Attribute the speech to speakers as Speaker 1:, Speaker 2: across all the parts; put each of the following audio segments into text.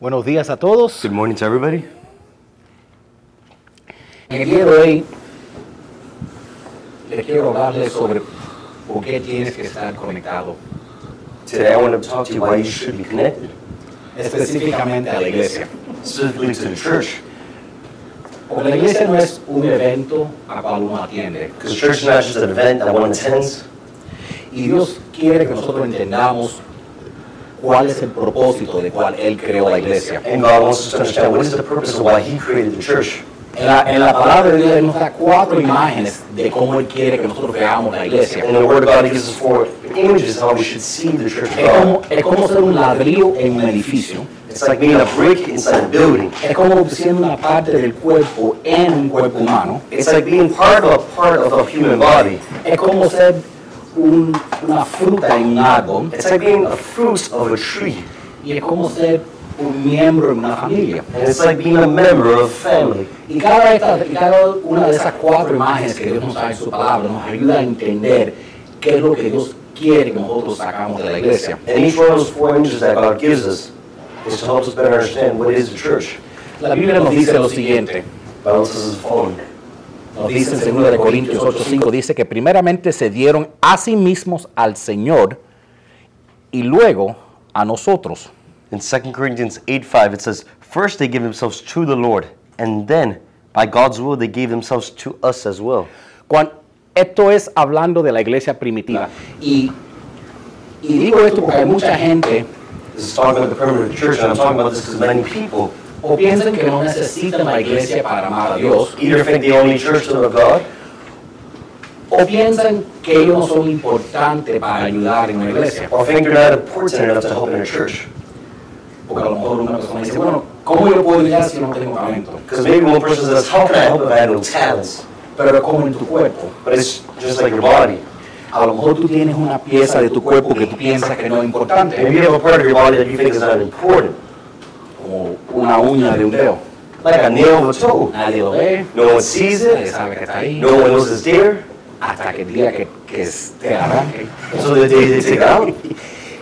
Speaker 1: Buenos días a todos.
Speaker 2: Good morning to everybody.
Speaker 3: En el día de hoy les quiero hablarles sobre por qué tienes que estar conectado
Speaker 2: Today I want to talk to you why you should be connected,
Speaker 3: específicamente a la iglesia.
Speaker 2: specifically to the church.
Speaker 3: Porque la iglesia no es un evento a cual uno atiende.
Speaker 2: Because church is not just an event that one attends.
Speaker 3: Y Dios quiere que nosotros entendamos cuál es el propósito de cual Él creó la iglesia.
Speaker 2: And God wants us to understand what is the purpose of why He created the church.
Speaker 3: En la, en la palabra de Dios Él nos da cuatro imágenes de cómo Él quiere que nosotros veamos la iglesia.
Speaker 2: And the Word of God gives us four images of how we should see the church of
Speaker 3: Es como,
Speaker 2: God.
Speaker 3: es como ser un ladrillo en un edificio.
Speaker 2: It's like being a brick inside a building.
Speaker 3: Es como siendo una parte del cuerpo en un cuerpo humano.
Speaker 2: It's like being part of a part of a human body.
Speaker 3: Es como ser un- una fruta en un árbol.
Speaker 2: It's like being a fruit of a tree.
Speaker 3: Y es como ser un miembro en una familia.
Speaker 2: And it's like being a member of a family.
Speaker 3: Y cada, esta- y cada una de esas cuatro imágenes que Dios nos da en su palabra nos ayuda a entender qué es lo que Dios quiere que nosotros sacamos de la iglesia.
Speaker 2: And each one of those four images that God gives us is to help us better understand what is the church.
Speaker 3: La Biblia nos dice lo siguiente.
Speaker 2: Bible says the following.
Speaker 3: Nos dice en 2 de Corintios 8:5, dice que primeramente se dieron a sí mismos al Señor y luego a nosotros.
Speaker 2: In 2 Corinthians 8 5, it says, First they give themselves to the Lord, and then, by God's will, they gave themselves to us as well.
Speaker 3: Cuan- esto es hablando de la iglesia primitiva. Y, y digo esto porque hay mucha gente
Speaker 2: This is talking about the primitive church, and I'm talking about this because many people
Speaker 3: o piensan que no necesitan la iglesia para amar a Dios,
Speaker 2: either think the only church is of God,
Speaker 3: o piensan que ellos no son importantes para ayudar en una iglesia.
Speaker 2: or think they're not important enough to help in a church.
Speaker 3: Porque a lo mejor una persona dice, bueno, ¿cómo yo puedo ayudar si no tengo talento?
Speaker 2: Because maybe one person says, How can I help if I have no talents?
Speaker 3: Pero es como en tu cuerpo.
Speaker 2: But it's just like your body.
Speaker 3: A lo mejor tú tienes una pieza de tu cuerpo que tú piensas que no es
Speaker 2: Maybe
Speaker 3: importante,
Speaker 2: you have a part of your body that you think is not important,
Speaker 3: como una uña de un dedo.
Speaker 2: like a nail of a toe.
Speaker 3: Nadie lo ve,
Speaker 2: No one sees
Speaker 3: nadie
Speaker 2: it,
Speaker 3: sabe que está ahí,
Speaker 2: no one knows it's there,
Speaker 3: hasta que el día que, que te arranque.
Speaker 2: so they, they, they take it out.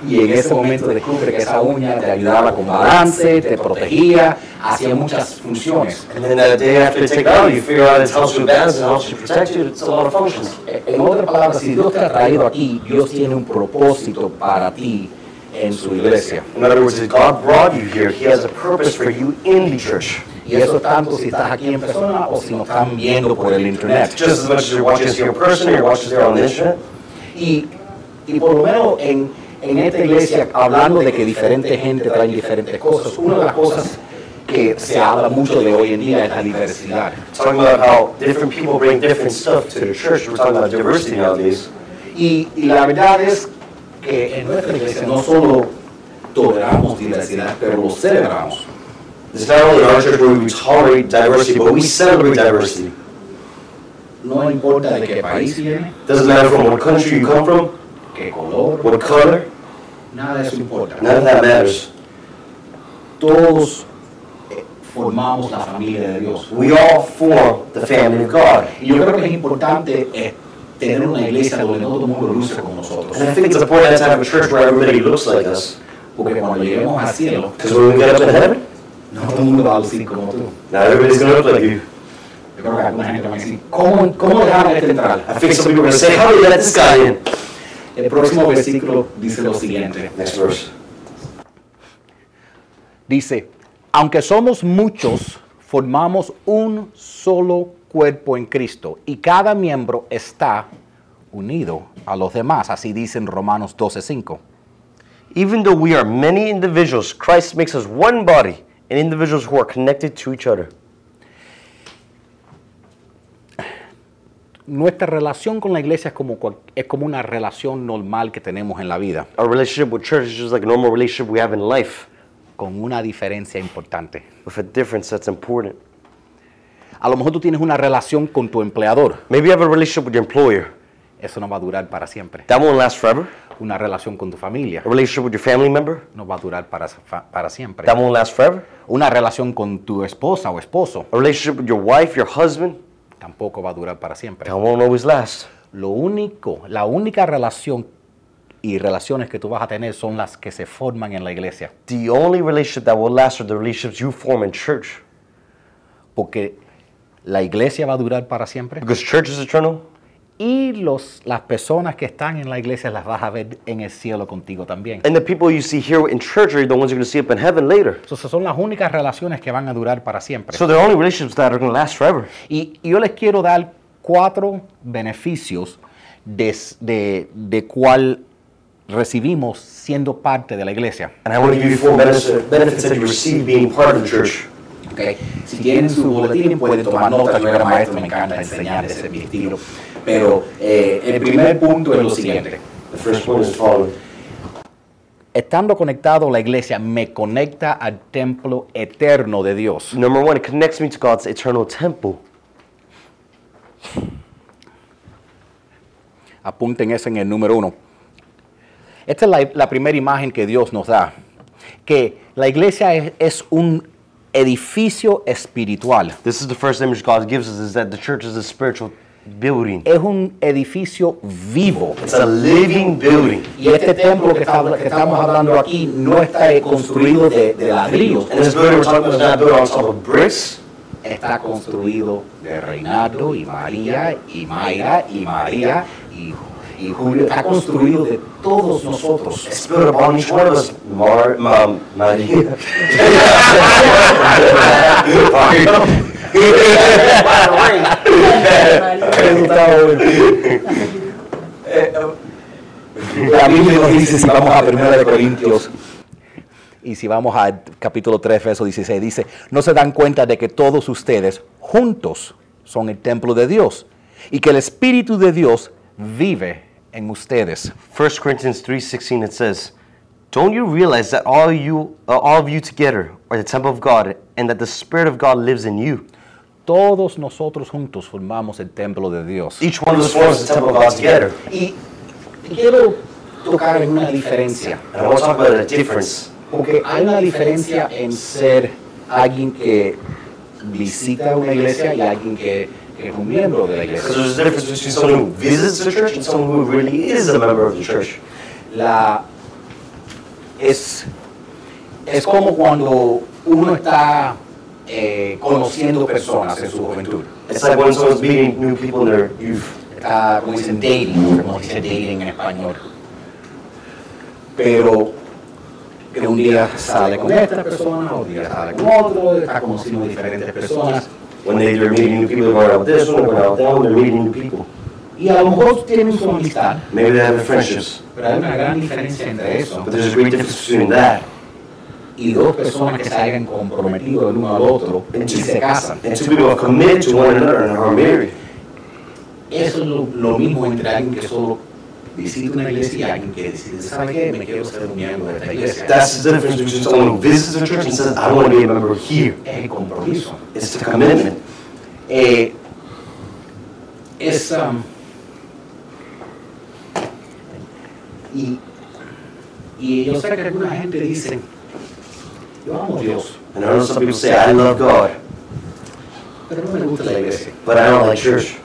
Speaker 3: Y en ese momento descubre que esa uña te ayudaba con balance, te protegía, hacía muchas funciones.
Speaker 2: And then that day after it's taken out, you figure out it helps you balance, it helps you protect you, it's a lot of functions.
Speaker 3: En otras palabras, si Dios te ha traído aquí, Dios tiene un propósito para ti en su iglesia.
Speaker 2: In other words, if God brought you here, He has a purpose for you in the church.
Speaker 3: Y eso es tanto si estás aquí en persona o si nos están viendo por el
Speaker 2: That's
Speaker 3: internet.
Speaker 2: just as much as you're watching us here in person, or you're watching us here on the internet.
Speaker 3: Y, y por lo menos en, en esta iglesia, hablando de que diferente gente trae diferentes cosas, una de las cosas que se habla mucho de hoy en día es la diversidad.
Speaker 2: Talking about how different people bring different stuff to the church. We're talking about diversity nowadays.
Speaker 3: Y, y la verdad es que en nuestra iglesia no solo toleramos diversidad, pero lo celebramos.
Speaker 2: It's not only in our church where we tolerate diversity, but we celebrate diversity.
Speaker 3: No importa de qué país viene,
Speaker 2: Doesn't matter from what country you come from,
Speaker 3: qué color,
Speaker 2: what color,
Speaker 3: nada de eso importa.
Speaker 2: none of that matters.
Speaker 3: Todos eh, formamos la familia de Dios.
Speaker 2: We all form the family of God.
Speaker 3: Y yo creo que es importante eh, tener una iglesia donde todo el mundo luce con nosotros.
Speaker 2: And I think it's important to have a church where everybody looks like us.
Speaker 3: Porque cuando lleguemos al cielo,
Speaker 2: Because when we get up in heaven,
Speaker 3: no todo el mundo va a lucir como tú.
Speaker 2: Not everybody's gonna look like you.
Speaker 3: Yo creo que alguna gente va a decir, ¿cómo, cómo dejaron este entrar?
Speaker 2: I think some people are gonna say, How do you let this guy in?
Speaker 3: El próximo versículo dice lo siguiente.
Speaker 2: Next verse.
Speaker 1: Dice, aunque somos muchos, formamos un solo cuerpo en Cristo y cada miembro está unido a los demás. Así dice en Romanos 12:5.
Speaker 2: Even though we are many individuals, Christ makes us one body and individuals who are connected to each other.
Speaker 1: Nuestra relación con la iglesia es como, cual- es como una relación normal que tenemos en la vida,
Speaker 2: Our relationship with church is just like a normal relationship we have in life,
Speaker 1: con una diferencia importante.
Speaker 2: with a difference that's important.
Speaker 1: A lo mejor tú tienes una relación con tu empleador.
Speaker 2: Maybe you have a relationship with your employer.
Speaker 1: Eso no va a durar para siempre.
Speaker 2: That won't last forever.
Speaker 1: Una relación con tu familia
Speaker 2: A relationship with your family member.
Speaker 1: no va a durar para, para siempre.
Speaker 2: That won't last forever.
Speaker 1: Una relación con tu esposa o esposo
Speaker 2: A relationship with your wife, your husband.
Speaker 1: tampoco va a durar para siempre.
Speaker 2: That won't always last.
Speaker 1: Lo único, la única relación y relaciones que tú vas a tener son las que se forman en la iglesia.
Speaker 2: The only relationship that will last are the relationships you form in church.
Speaker 1: Porque la iglesia va a durar para siempre
Speaker 2: Because church is eternal,
Speaker 1: y los, las personas que están en la iglesia las vas a ver en el cielo contigo también.
Speaker 2: and the people you see here in church are the ones you're going to see up in heaven later.
Speaker 1: Entonces son las únicas relaciones que van a durar para siempre.
Speaker 2: So they're only relationships that are going to last forever.
Speaker 1: Y yo les quiero dar cuatro beneficios de, de, de cuál recibimos siendo parte de la iglesia.
Speaker 2: And I want to give you four benefits, benefits that you receive being part of the church.
Speaker 3: Ok. Si tienen su boletín pueden tomar notas, yo era maestro, me encanta enseñar, ese es mi estilo. Pero eh, el primer punto es lo siguiente.
Speaker 2: The first one is following.
Speaker 1: Estando conectado a la iglesia me conecta al templo eterno de Dios.
Speaker 2: Number one, it connects me to God's eternal temple.
Speaker 1: Apunten eso en el número uno. Esta es la, la primera imagen que Dios nos da, que la iglesia es, es un edificio espiritual,
Speaker 2: This is the first image God gives us is that the church is a spiritual building.
Speaker 1: es un edificio vivo.
Speaker 2: It's a living building.
Speaker 3: Y este templo que, está- que estamos hablando aquí no está eh, construido de, de ladrillos,
Speaker 2: And this building we're talking about is not built on top of bricks.
Speaker 3: está construido de Reinaldo y María y Mayra y María y, y Julio. Está construido de todos nosotros.
Speaker 2: It's built upon each one of us. Mar, um, Maria.
Speaker 3: La Biblia nos dice si vamos a Primera de Corintios.
Speaker 1: Y si vamos al capítulo 3, verso 16, dice, no se dan cuenta de que todos ustedes juntos son el templo de Dios y que el Espíritu de Dios vive en ustedes.
Speaker 2: 1 Corinthians 3:16 it says, "Don't you realize that all you uh, all of you together are the temple of God and that the spirit of God lives in you?"
Speaker 1: Todos nosotros juntos formamos el templo de Dios.
Speaker 2: Each one of us forms the temple of God together.
Speaker 3: Y quiero tocar en una diferencia,
Speaker 2: And I want to talk about a difference.
Speaker 3: porque hay una diferencia en ser alguien que visita una iglesia y alguien que, que es un miembro de la iglesia.
Speaker 2: Because there's a difference between someone who visits the church and someone who really is a member of the church.
Speaker 3: la es, es como cuando uno está eh, conociendo personas en su juventud.
Speaker 2: It's like when someone's meeting new people in their youth.
Speaker 3: Está, como dicen, dating, como dice dating en español. Pero que un día sale con esta persona, otro día sale con otro, está conociendo diferentes personas.
Speaker 2: When they, they're meeting new people, they're going out with this one, they're going out with that one, they're meeting new people.
Speaker 3: Y a lo mejor tienen su amistad,
Speaker 2: Maybe they have friendships.
Speaker 3: pero hay una gran diferencia entre eso
Speaker 2: But there's a great difference between that
Speaker 3: y dos personas que se hayan comprometido el uno al otro y se casan.
Speaker 2: and two people who are committed to one another and are married.
Speaker 3: Eso es lo, lo mismo entre alguien que solo visita una iglesia y alguien que dice, ¿sabe qué? Me quiero ser un miembro de esta iglesia.
Speaker 2: That's the difference between someone who visits the church and says, I want to be a member here.
Speaker 3: es el compromiso.
Speaker 2: It's the commitment.
Speaker 3: Eh, es, um, y, y yo sé que alguna gente dice, yo amo a Dios,
Speaker 2: And I know some people say, I love God,
Speaker 3: pero no me gusta la iglesia.
Speaker 2: but I don't like church.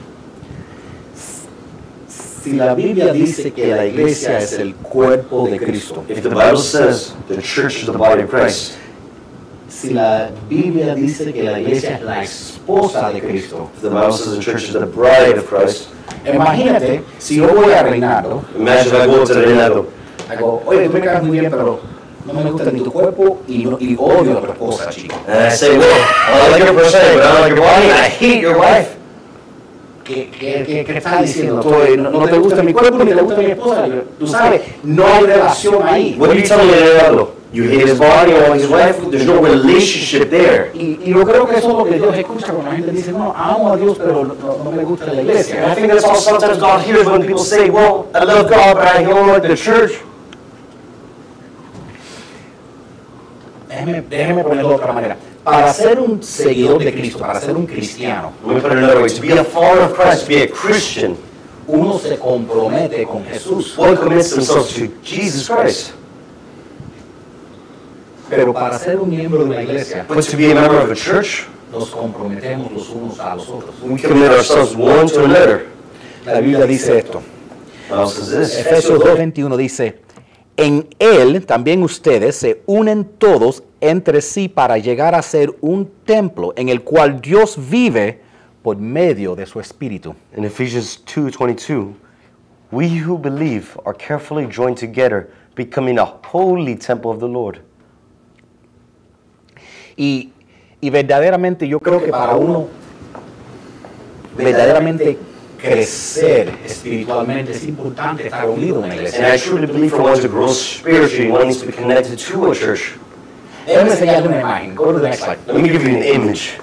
Speaker 3: Si la Biblia dice que la iglesia es el cuerpo de Cristo,
Speaker 2: If the Bible says the church is the body of Christ,
Speaker 3: si la Biblia dice que la iglesia es la esposa de Cristo,
Speaker 2: if the Bible says the church is the bride of Christ,
Speaker 3: Imagínate, si yo voy a Reinaldo,
Speaker 2: imagine if I go to Renato.
Speaker 3: hago, oye, tú me caes muy bien, pero no me gusta ni tu cuerpo y, no- y odio a tu esposa, chico.
Speaker 2: And I say, well, I like your personality, but I don't like your body, and I hate your wife.
Speaker 3: ¿Qué, qué, qué, qué estás diciendo? Tú, eh, no, no te gusta mi cuerpo ni te gusta mi esposa. Tú sabes, no hay relación ahí.
Speaker 2: What are you telling me, Renato? You hate his body, you like his wife, there's no relationship there.
Speaker 3: Y, y yo creo que eso es lo que Dios escucha cuando la gente dice, no, amo a Dios, pero no, no me gusta la
Speaker 2: And I
Speaker 3: iglesia.
Speaker 2: think that's all sometimes God hears when people say, well, I love God, but I don't like the church.
Speaker 3: Déjeme, déjeme ponerlo de otra manera. Para ser un seguidor de Cristo, para ser un cristiano,
Speaker 2: Let me put it another way. To be a follower of Christ, to be a Christian,
Speaker 3: uno se compromete con Jesús.
Speaker 2: one commits themselves to Jesus Christ.
Speaker 3: Pero para ser un miembro de una iglesia, pues,
Speaker 2: But to be a member of a church,
Speaker 3: nos comprometemos los unos a los otros.
Speaker 2: we commit ourselves one to another.
Speaker 1: La Biblia dice esto,
Speaker 2: What else is this?
Speaker 3: Efesios 2.21 dice, en él también ustedes se unen todos entre sí para llegar a ser un templo en el cual Dios vive por medio de su espíritu.
Speaker 2: In Ephesians 2:22, we who believe are carefully joined together, becoming a holy temple of the Lord.
Speaker 3: Y, y verdaderamente yo creo que para uno verdaderamente crecer espiritualmente es importante estar unido en la
Speaker 2: And
Speaker 3: iglesia.
Speaker 2: I truly believe for one to grow spiritually, one needs to be connected to a church.
Speaker 3: Déjame enseñarle una imagen. Go to the next slide.
Speaker 2: Let me give you an image.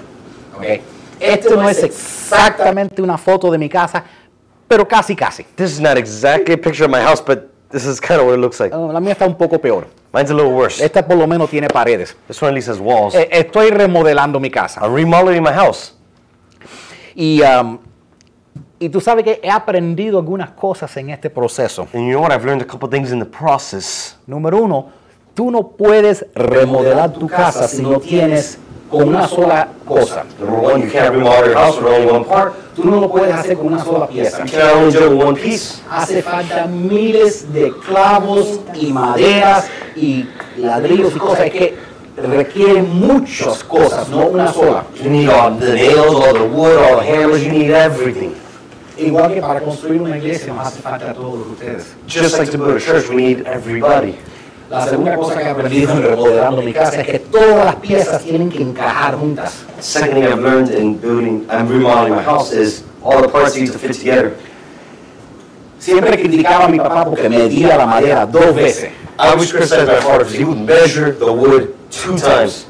Speaker 3: Okay. Esto no es exactamente una foto de mi casa, pero casi, casi.
Speaker 2: This is not exactly a picture of my house, but this is kind of what it looks like.
Speaker 3: Eh, La mía está un poco peor.
Speaker 2: Mine's a little worse.
Speaker 3: Esta por lo menos tiene paredes.
Speaker 2: This one at least has walls.
Speaker 3: Eh, Estoy remodelando mi casa.
Speaker 2: I'm remodeling my house.
Speaker 3: Y, um, y tú sabes que he aprendido algunas cosas en este proceso.
Speaker 2: And you know what? I've learned a couple things in the process.
Speaker 3: Número uno, tú no puedes remodelar tu casa si no tienes con una sola cosa.
Speaker 2: Number one, you can't remodel your house with only one part.
Speaker 3: Tú no lo puedes hacer con una sola pieza.
Speaker 2: You can only do it with one piece.
Speaker 3: Hace falta miles de clavos y maderas y ladrillos y cosas Es que requieren muchas cosas, no una sola.
Speaker 2: You need all the nails, all the wood, all the hammers. You need everything.
Speaker 3: Igual que para construir una iglesia nos hace falta a todos ustedes.
Speaker 2: Just like to build a church, we need everybody.
Speaker 3: La segunda cosa que he aprendido en remodelando mi casa es que todas las piezas tienen que encajar juntas.
Speaker 2: Second thing I've learned in building, I'm remodeling my house is all the parts need to fit together.
Speaker 3: Siempre criticaba a mi papá porque medía la madera dos veces.
Speaker 2: I was criticized by my father because he would measure the wood two times.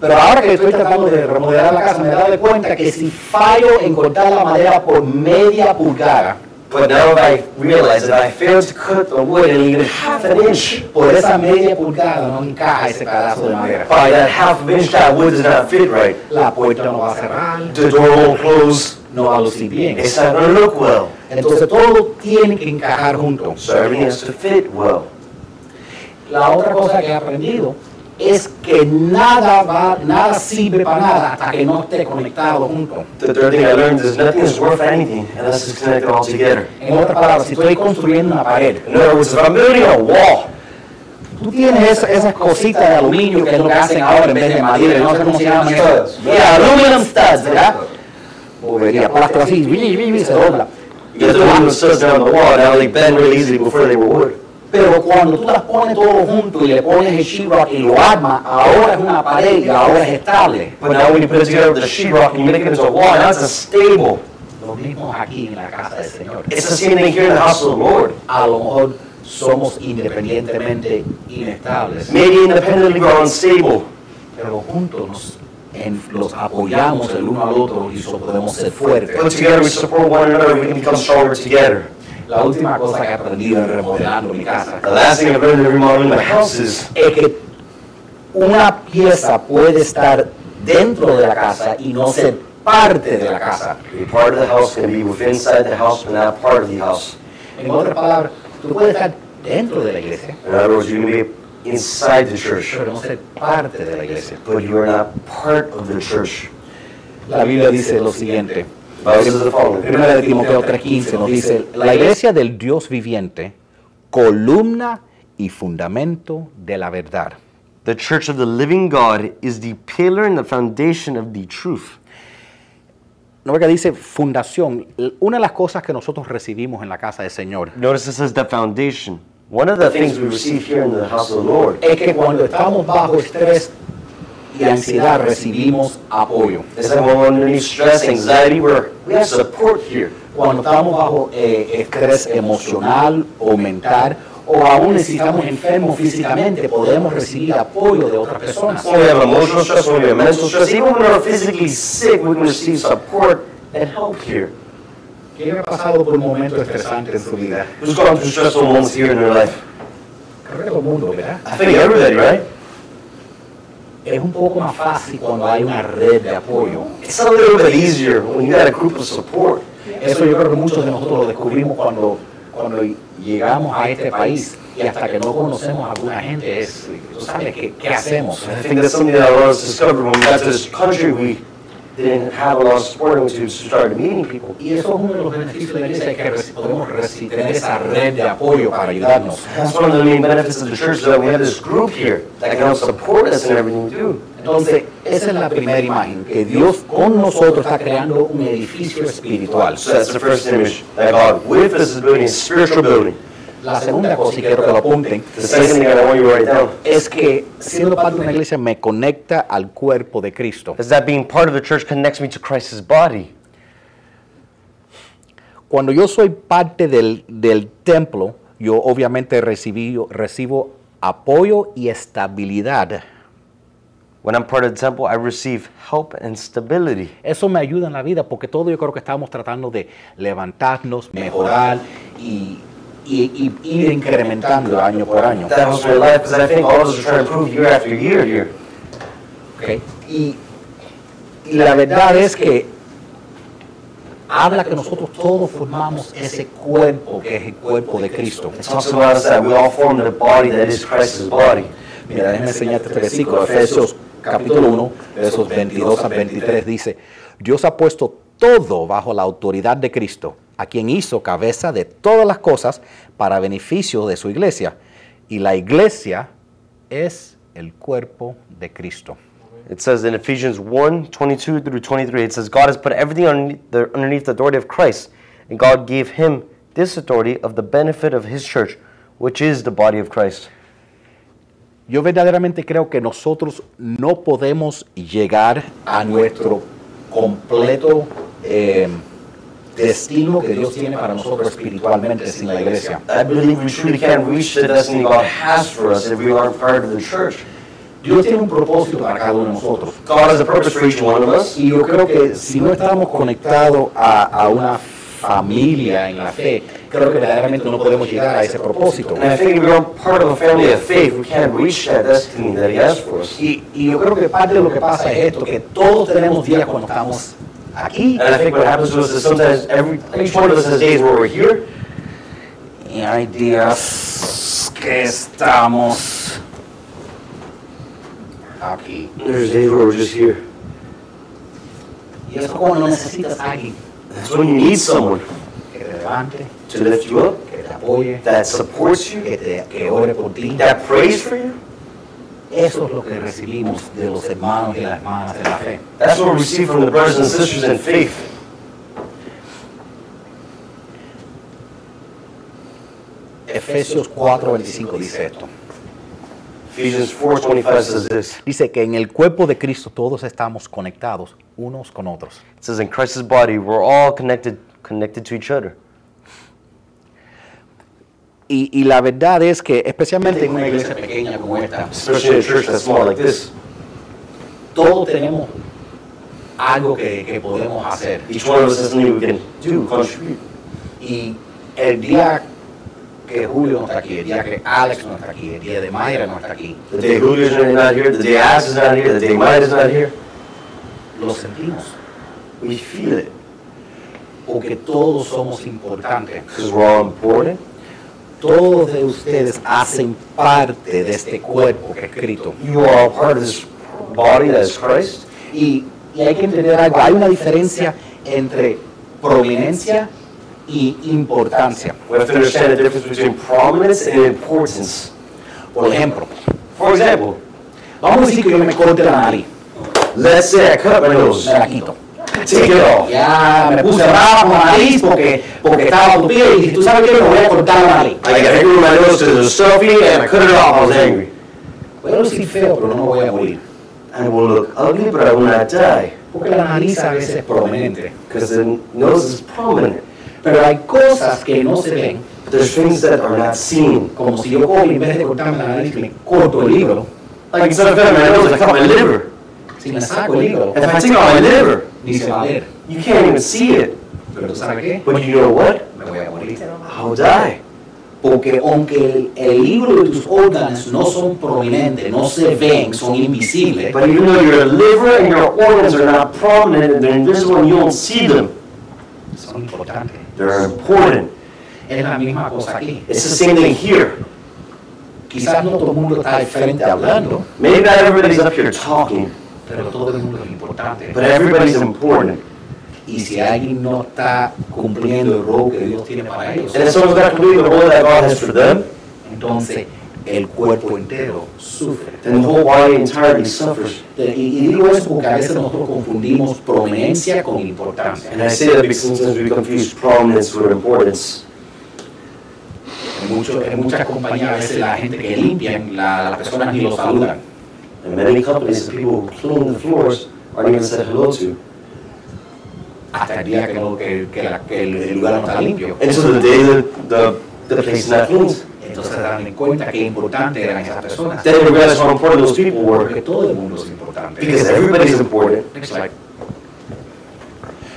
Speaker 3: Pero ahora que estoy tratando de remodelar la casa, me he dado cuenta que si fallo en cortar la madera por media pulgada,
Speaker 2: But now I realize that I failed to cut the wood in even half an inch.
Speaker 3: por esa media pulgada no encaja ese pedazo de madera.
Speaker 2: By that half of inch, that wood does not fit right.
Speaker 3: La puerta no va a cerrar,
Speaker 2: The door won't close.
Speaker 3: no va a lucir bien.
Speaker 2: It's not going to look well.
Speaker 3: Entonces todo tiene que encajar junto.
Speaker 2: So everything has to fit well.
Speaker 3: La otra cosa que he aprendido es que nada va, nada sirve para nada hasta que no esté conectado junto.
Speaker 2: The third thing I learned is nothing is worth anything unless it's connected all together.
Speaker 3: En otras palabras, si estoy construyendo una pared,
Speaker 2: In other words, if I'm building a wall,
Speaker 3: tú tienes esa- esas cositas de aluminio que es lo que hacen ahora en vez de madera, no sé cómo se llaman eso.
Speaker 2: yeah, aluminum studs,
Speaker 3: ¿verdad?
Speaker 2: yeah.
Speaker 3: Bobería, plástico así, vi, vi, vi, se dobla.
Speaker 2: You get the aluminum studs down the wall, now they bend really easily before they were wood.
Speaker 3: Pero cuando tú las pones todo junto y le pones el sheetrock y lo armas, ahora es una pared y ahora es estable.
Speaker 2: But now when you put it together with the sheetrock and you make it into a wall, now it's a stable.
Speaker 3: Lo mismo aquí en la casa del Señor.
Speaker 2: It's the same thing here in the house of the Lord.
Speaker 3: A lo mejor somos independientemente inestables,
Speaker 2: Maybe independently we're unstable,
Speaker 3: pero juntos nos en- los apoyamos el uno al otro y so podemos ser fuertes.
Speaker 2: but together we support one another, we can become stronger together.
Speaker 3: La última cosa que he aprendido en remodelando mi casa
Speaker 2: The last thing I've learned in remodeling my house is
Speaker 3: es que una pieza puede estar dentro de la casa y no ser parte de la casa.
Speaker 2: be part of the house can be within inside the house, but not part of the house.
Speaker 3: En otras palabras, tú puedes estar dentro de la iglesia,
Speaker 2: In other words, you can be inside the church,
Speaker 3: pero no ser parte de la iglesia.
Speaker 2: but you are not part of the church.
Speaker 3: La Biblia dice lo siguiente.
Speaker 2: The Bible says the following.
Speaker 3: Primera de Timoteo 3:15 nos dice, la iglesia del Dios viviente, columna y fundamento de la verdad.
Speaker 2: The church of the living God is the pillar and the foundation of the truth.
Speaker 3: No ve que dice fundación. Una de las cosas que nosotros recibimos en la casa del Señor
Speaker 2: Notice it says the foundation. One of the things we receive here in the house of the Lord
Speaker 3: es que cuando estamos bajo estrés y ansiedad recibimos apoyo.
Speaker 2: is that when we're underneath stress, anxiety, we're, we have support here.
Speaker 3: Cuando estamos bajo eh, estrés emocional o mental o aún necesitamos enfermos físicamente, podemos recibir apoyo de otras personas.
Speaker 2: When we have emotional stress, when we have mental stress, even when we're physically sick, we can receive support and help here.
Speaker 3: ¿Quién ha pasado por momentos estresantes en su vida?
Speaker 2: Who's gone through stressful moments here in their life?
Speaker 3: Creo que todo el mundo, ¿verdad?
Speaker 2: I think everybody, right?
Speaker 3: Es un poco más fácil cuando hay una red de apoyo.
Speaker 2: It's a little bit easier when you got a group of support.
Speaker 3: Eso yo creo que muchos de nosotros lo descubrimos cuando, cuando llegamos a este país y hasta que no conocemos a alguna gente es, tú sabes, ¿qué, qué hacemos?
Speaker 2: I think that's something that I was discovered when we got to this country. We didn't have a lot of support and we started meeting people.
Speaker 3: Y eso es uno de los beneficios de la iglesia, que reci- podemos reci- tener esa red de apoyo para ayudarnos.
Speaker 2: That's one of the main benefits of the church, that we have this group here that can help support us in everything we do.
Speaker 3: Entonces, esa es la primera imagen, que Dios con nosotros está creando un edificio espiritual.
Speaker 2: So that's the first image, that God with us is building a spiritual building.
Speaker 3: La segunda cosa, y quiero que lo apunten,
Speaker 2: The second thing that I want you to write down
Speaker 3: es que
Speaker 1: Siendo parte de una iglesia me conecta al cuerpo de Cristo.
Speaker 2: is that being part of the church connects me to Christ's body.
Speaker 1: Cuando yo soy parte del, del templo, yo obviamente recibí- recibo apoyo y estabilidad.
Speaker 2: When I'm part of the temple, I receive help and stability.
Speaker 1: Eso me ayuda en la vida porque todo yo creo que estábamos tratando de levantarnos,
Speaker 3: mejorar
Speaker 1: mejorar.
Speaker 3: y, y- y ir incrementando año por año.
Speaker 2: That helps my life because I think all of us are trying to improve year after year here.
Speaker 3: ¿ok?
Speaker 1: Y
Speaker 3: Y la verdad es que habla que nosotros todos formamos ese cuerpo que es el cuerpo de Cristo.
Speaker 2: It talks about us that we all form the body that is Christ's body.
Speaker 1: Mira, déjame enseñarte este versículo. Efesios capítulo 1, versos 22 a 23 dice, Dios ha puesto todo bajo la autoridad de Cristo, a quien hizo cabeza de todas las cosas para beneficio de su iglesia. Y la iglesia es el cuerpo de Cristo.
Speaker 2: It says in Ephesians 1 22 through 23, it says, God has put everything underneath the, underneath the authority of Christ, and God gave him this authority of the benefit of his church, which is the body of Christ.
Speaker 1: Yo verdaderamente creo que nosotros no podemos llegar
Speaker 3: A nuestro completo eh, destino que Dios tiene para nosotros espiritualmente sin la iglesia.
Speaker 2: I believe we truly can reach the destiny God has for us if we aren't part of the church.
Speaker 3: Dios tiene un propósito para cada uno de nosotros.
Speaker 2: God has a purpose for each one of us.
Speaker 3: Y yo creo que si no estamos conectados a, a una familia en la fe, creo que verdaderamente no podemos llegar a ese propósito.
Speaker 2: And I think if we aren't part of a family of faith, we can't reach that destiny that he has for us.
Speaker 3: Y, y yo creo que parte de lo que pasa es esto, que todos tenemos días cuando estamos aquí.
Speaker 2: And I think what happens to us is sometimes every, each one of us has days where we're here,
Speaker 3: Y hay días que estamos aquí.
Speaker 2: and there's days where we're just here.
Speaker 3: Y eso cuando necesitas a alguien
Speaker 2: That's when you need someone
Speaker 3: que te levante,
Speaker 2: to lift you up,
Speaker 3: que te apoye,
Speaker 2: that supports you,
Speaker 3: que, te, que ore por ti.
Speaker 2: that prays for you.
Speaker 3: Eso es lo que recibimos de los hermanos y las hermanas de la fe.
Speaker 2: That's what we see from the brothers and sisters in faith.
Speaker 3: Efesios 4:25 dice esto.
Speaker 2: Ephesians 4:25 says this.
Speaker 1: Dice que en el cuerpo de Cristo todos estamos conectados unos con otros.
Speaker 2: It says, "In Christ's body, we're all connected, connected to each other."
Speaker 1: Y, y la verdad es que especialmente
Speaker 3: En
Speaker 1: en
Speaker 3: una
Speaker 1: una
Speaker 3: iglesia pequeña como esta,
Speaker 2: Especially in a church that's small like this,
Speaker 3: todos tenemos algo que, que podemos hacer.
Speaker 2: each one of us has something we can do, contribute.
Speaker 3: Y el día que Julio no está aquí, el día que Alex no está aquí, el día de Mayra no está aquí,
Speaker 2: The day Julio's not here, the day Ash is not here, the day Mike is not here,
Speaker 3: lo sentimos.
Speaker 2: we feel it
Speaker 3: Porque todos somos importantes.
Speaker 2: because we're all important.
Speaker 3: Todos de ustedes hacen parte de este cuerpo que es Cristo.
Speaker 2: You are all part of this body that is Christ.
Speaker 3: Y, y hay que entender algo, hay una diferencia entre prominencia y importancia.
Speaker 2: We have to understand the difference between prominence and importance.
Speaker 3: Por ejemplo,
Speaker 2: For example,
Speaker 3: vamos a decir que yo me corte la nariz,
Speaker 2: let's say I cut my nose,
Speaker 3: me la quito.
Speaker 2: take it off.
Speaker 3: Ya me puse brava con la nariz porque, porque estaba estúpido y dije, tú sabes qué, me voy a cortar la nariz.
Speaker 2: I got angry with my nose because it was stuffy and I cut it off. I was angry.
Speaker 3: Puedo decir feo, pero no me voy a morir.
Speaker 2: I will look ugly, but I will not die
Speaker 3: Porque la nariz a veces es prominente.
Speaker 2: because the nose is prominent.
Speaker 3: Pero hay cosas que no se ven,
Speaker 2: There's things that are not seen.
Speaker 3: como si yo cojo y en vez de cortarme la nariz me corto el hígado.
Speaker 2: Like instead of cutting my nose, I cut my liver.
Speaker 3: Si me saco el hígado,
Speaker 2: And if I take out my liver,
Speaker 3: ni se va a ver.
Speaker 2: you can't even see it.
Speaker 3: Pero ¿tú sabes qué?
Speaker 2: But you know what?
Speaker 3: Me voy a morir.
Speaker 2: I'll die.
Speaker 3: Porque aunque el, el hígado y tus órganos no son prominentes, no se ven, son invisibles,
Speaker 2: But even though your liver and your organs are not prominent and they're invisible and you don't see them,
Speaker 3: son importantes.
Speaker 2: they're important.
Speaker 3: Es la misma cosa aquí.
Speaker 2: It's the same thing here.
Speaker 3: Quizás no todo el mundo está al frente hablando,
Speaker 2: Maybe not everybody's up here talking,
Speaker 1: pero todo el mundo es importante.
Speaker 2: But everybody's important.
Speaker 1: Y si alguien no está cumpliendo el rol que Dios tiene para ellos,
Speaker 2: And if someone's not completing the role that God has for them,
Speaker 1: entonces el cuerpo entero sufre.
Speaker 2: then the whole body entirely suffers.
Speaker 1: Y, y digo eso porque a veces nosotros confundimos prominencia con importancia.
Speaker 2: And I say that because sometimes we confuse prominence with importance.
Speaker 1: En, mucho- en muchas compañías a veces la gente que limpian, la- las personas ni lo saludan.
Speaker 2: And many companies, the people who clean the floors aren't even said hello to.
Speaker 1: hasta el día que, no- que- que la- que el, el lugar no está limpio.
Speaker 2: And so the day that the, the place is not cleaned,
Speaker 1: Entonces se dan en cuenta que importante eran esas personas.
Speaker 2: then they realize how important those people were
Speaker 1: Porque todo el mundo es importante.
Speaker 2: because everybody's important.
Speaker 1: Next slide.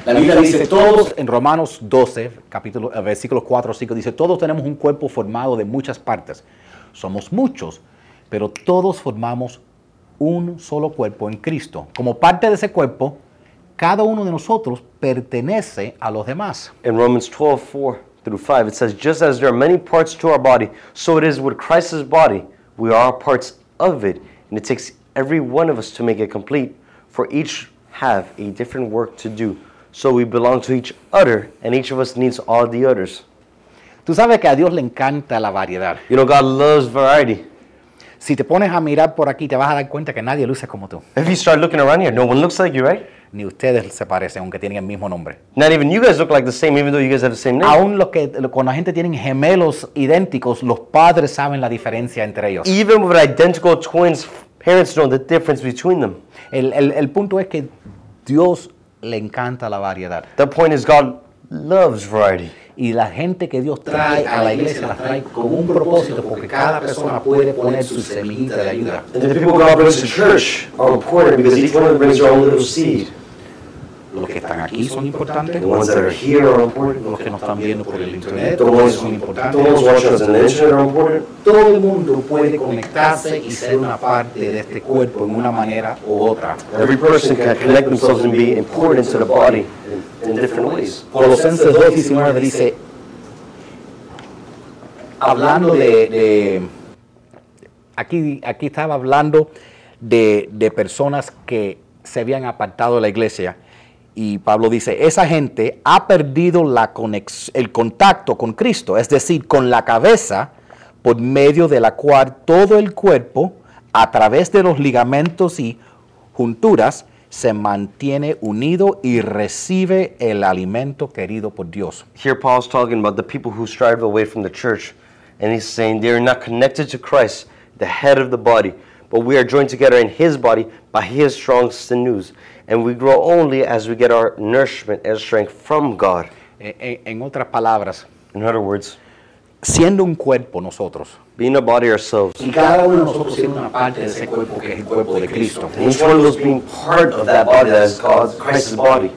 Speaker 1: La Biblia dice, todos en Romanos 12, capítulo, eh, versículos 4 o 5, dice, todos tenemos un cuerpo formado de muchas partes. Somos muchos, pero todos formamos un solo cuerpo en Cristo. Como parte de ese cuerpo, cada uno de nosotros pertenece a los demás.
Speaker 2: In Romans 12, 4 through 5, it says, Just as there are many parts to our body, so it is with Christ's body. We are all parts of it, and it takes every one of us to make it complete, for each have a different work to do. So we belong to each other, and each of us needs all the others.
Speaker 1: Tú sabes que a Dios le encanta la variedad.
Speaker 2: You know, God loves variety.
Speaker 1: Si te pones a mirar por aquí, te vas a dar cuenta que nadie luce como tú.
Speaker 2: If you start looking around here, no one looks like you, right?
Speaker 1: Ni ustedes se parecen, aunque tienen el mismo nombre.
Speaker 2: Not even you guys look like the same, even though you guys have the same name.
Speaker 1: Aún los que lo- cuando la gente tienen gemelos idénticos, los padres saben la diferencia entre ellos.
Speaker 2: Even with identical twins, parents know the difference between them.
Speaker 1: El, el- el punto es que Dios le encanta la variedad.
Speaker 2: The point is, God loves variety.
Speaker 1: Y la gente que Dios trae a la iglesia la trae con un propósito, porque cada persona puede poner su semillita de ayuda.
Speaker 2: And the people God brings to church are important because each one of them brings their own little seed.
Speaker 1: Los que están aquí son importantes,
Speaker 2: The ones that are here are important.
Speaker 1: los que nos están viendo por el internet
Speaker 2: The ones,
Speaker 1: son
Speaker 2: the
Speaker 1: importantes.
Speaker 2: ones watching us on the internet are important.
Speaker 1: Todo el mundo puede conectarse y ser una parte de este cuerpo en una manera u otra.
Speaker 2: Every person can connect themselves and be important to the body in, in different ways.
Speaker 1: Colosenses 2.19 dice, hablando de... de- aquí, aquí estaba hablando de, de personas que se habían apartado de la iglesia. Y Pablo dice, esa gente ha perdido la conex- el contacto con Cristo, es decir, con la cabeza, por medio de la cual todo el cuerpo, a través de los ligamentos y junturas, se mantiene unido y recibe el alimento querido por Dios.
Speaker 2: Here, Paul's talking about the people who strive away from the church, and he's saying they are not connected to Christ, the head of the body, but we are joined together in His body by His strong sinews, and we grow only as we get our nourishment and strength from God.
Speaker 1: E- e- en otras palabras,
Speaker 2: In other words,
Speaker 1: siendo un cuerpo nosotros,
Speaker 2: being a body ourselves.
Speaker 1: Y cada uno de nosotros tiene una parte de ese cuerpo que es el cuerpo de Cristo.
Speaker 2: Each one of us being part of that body that is God's Christ's body.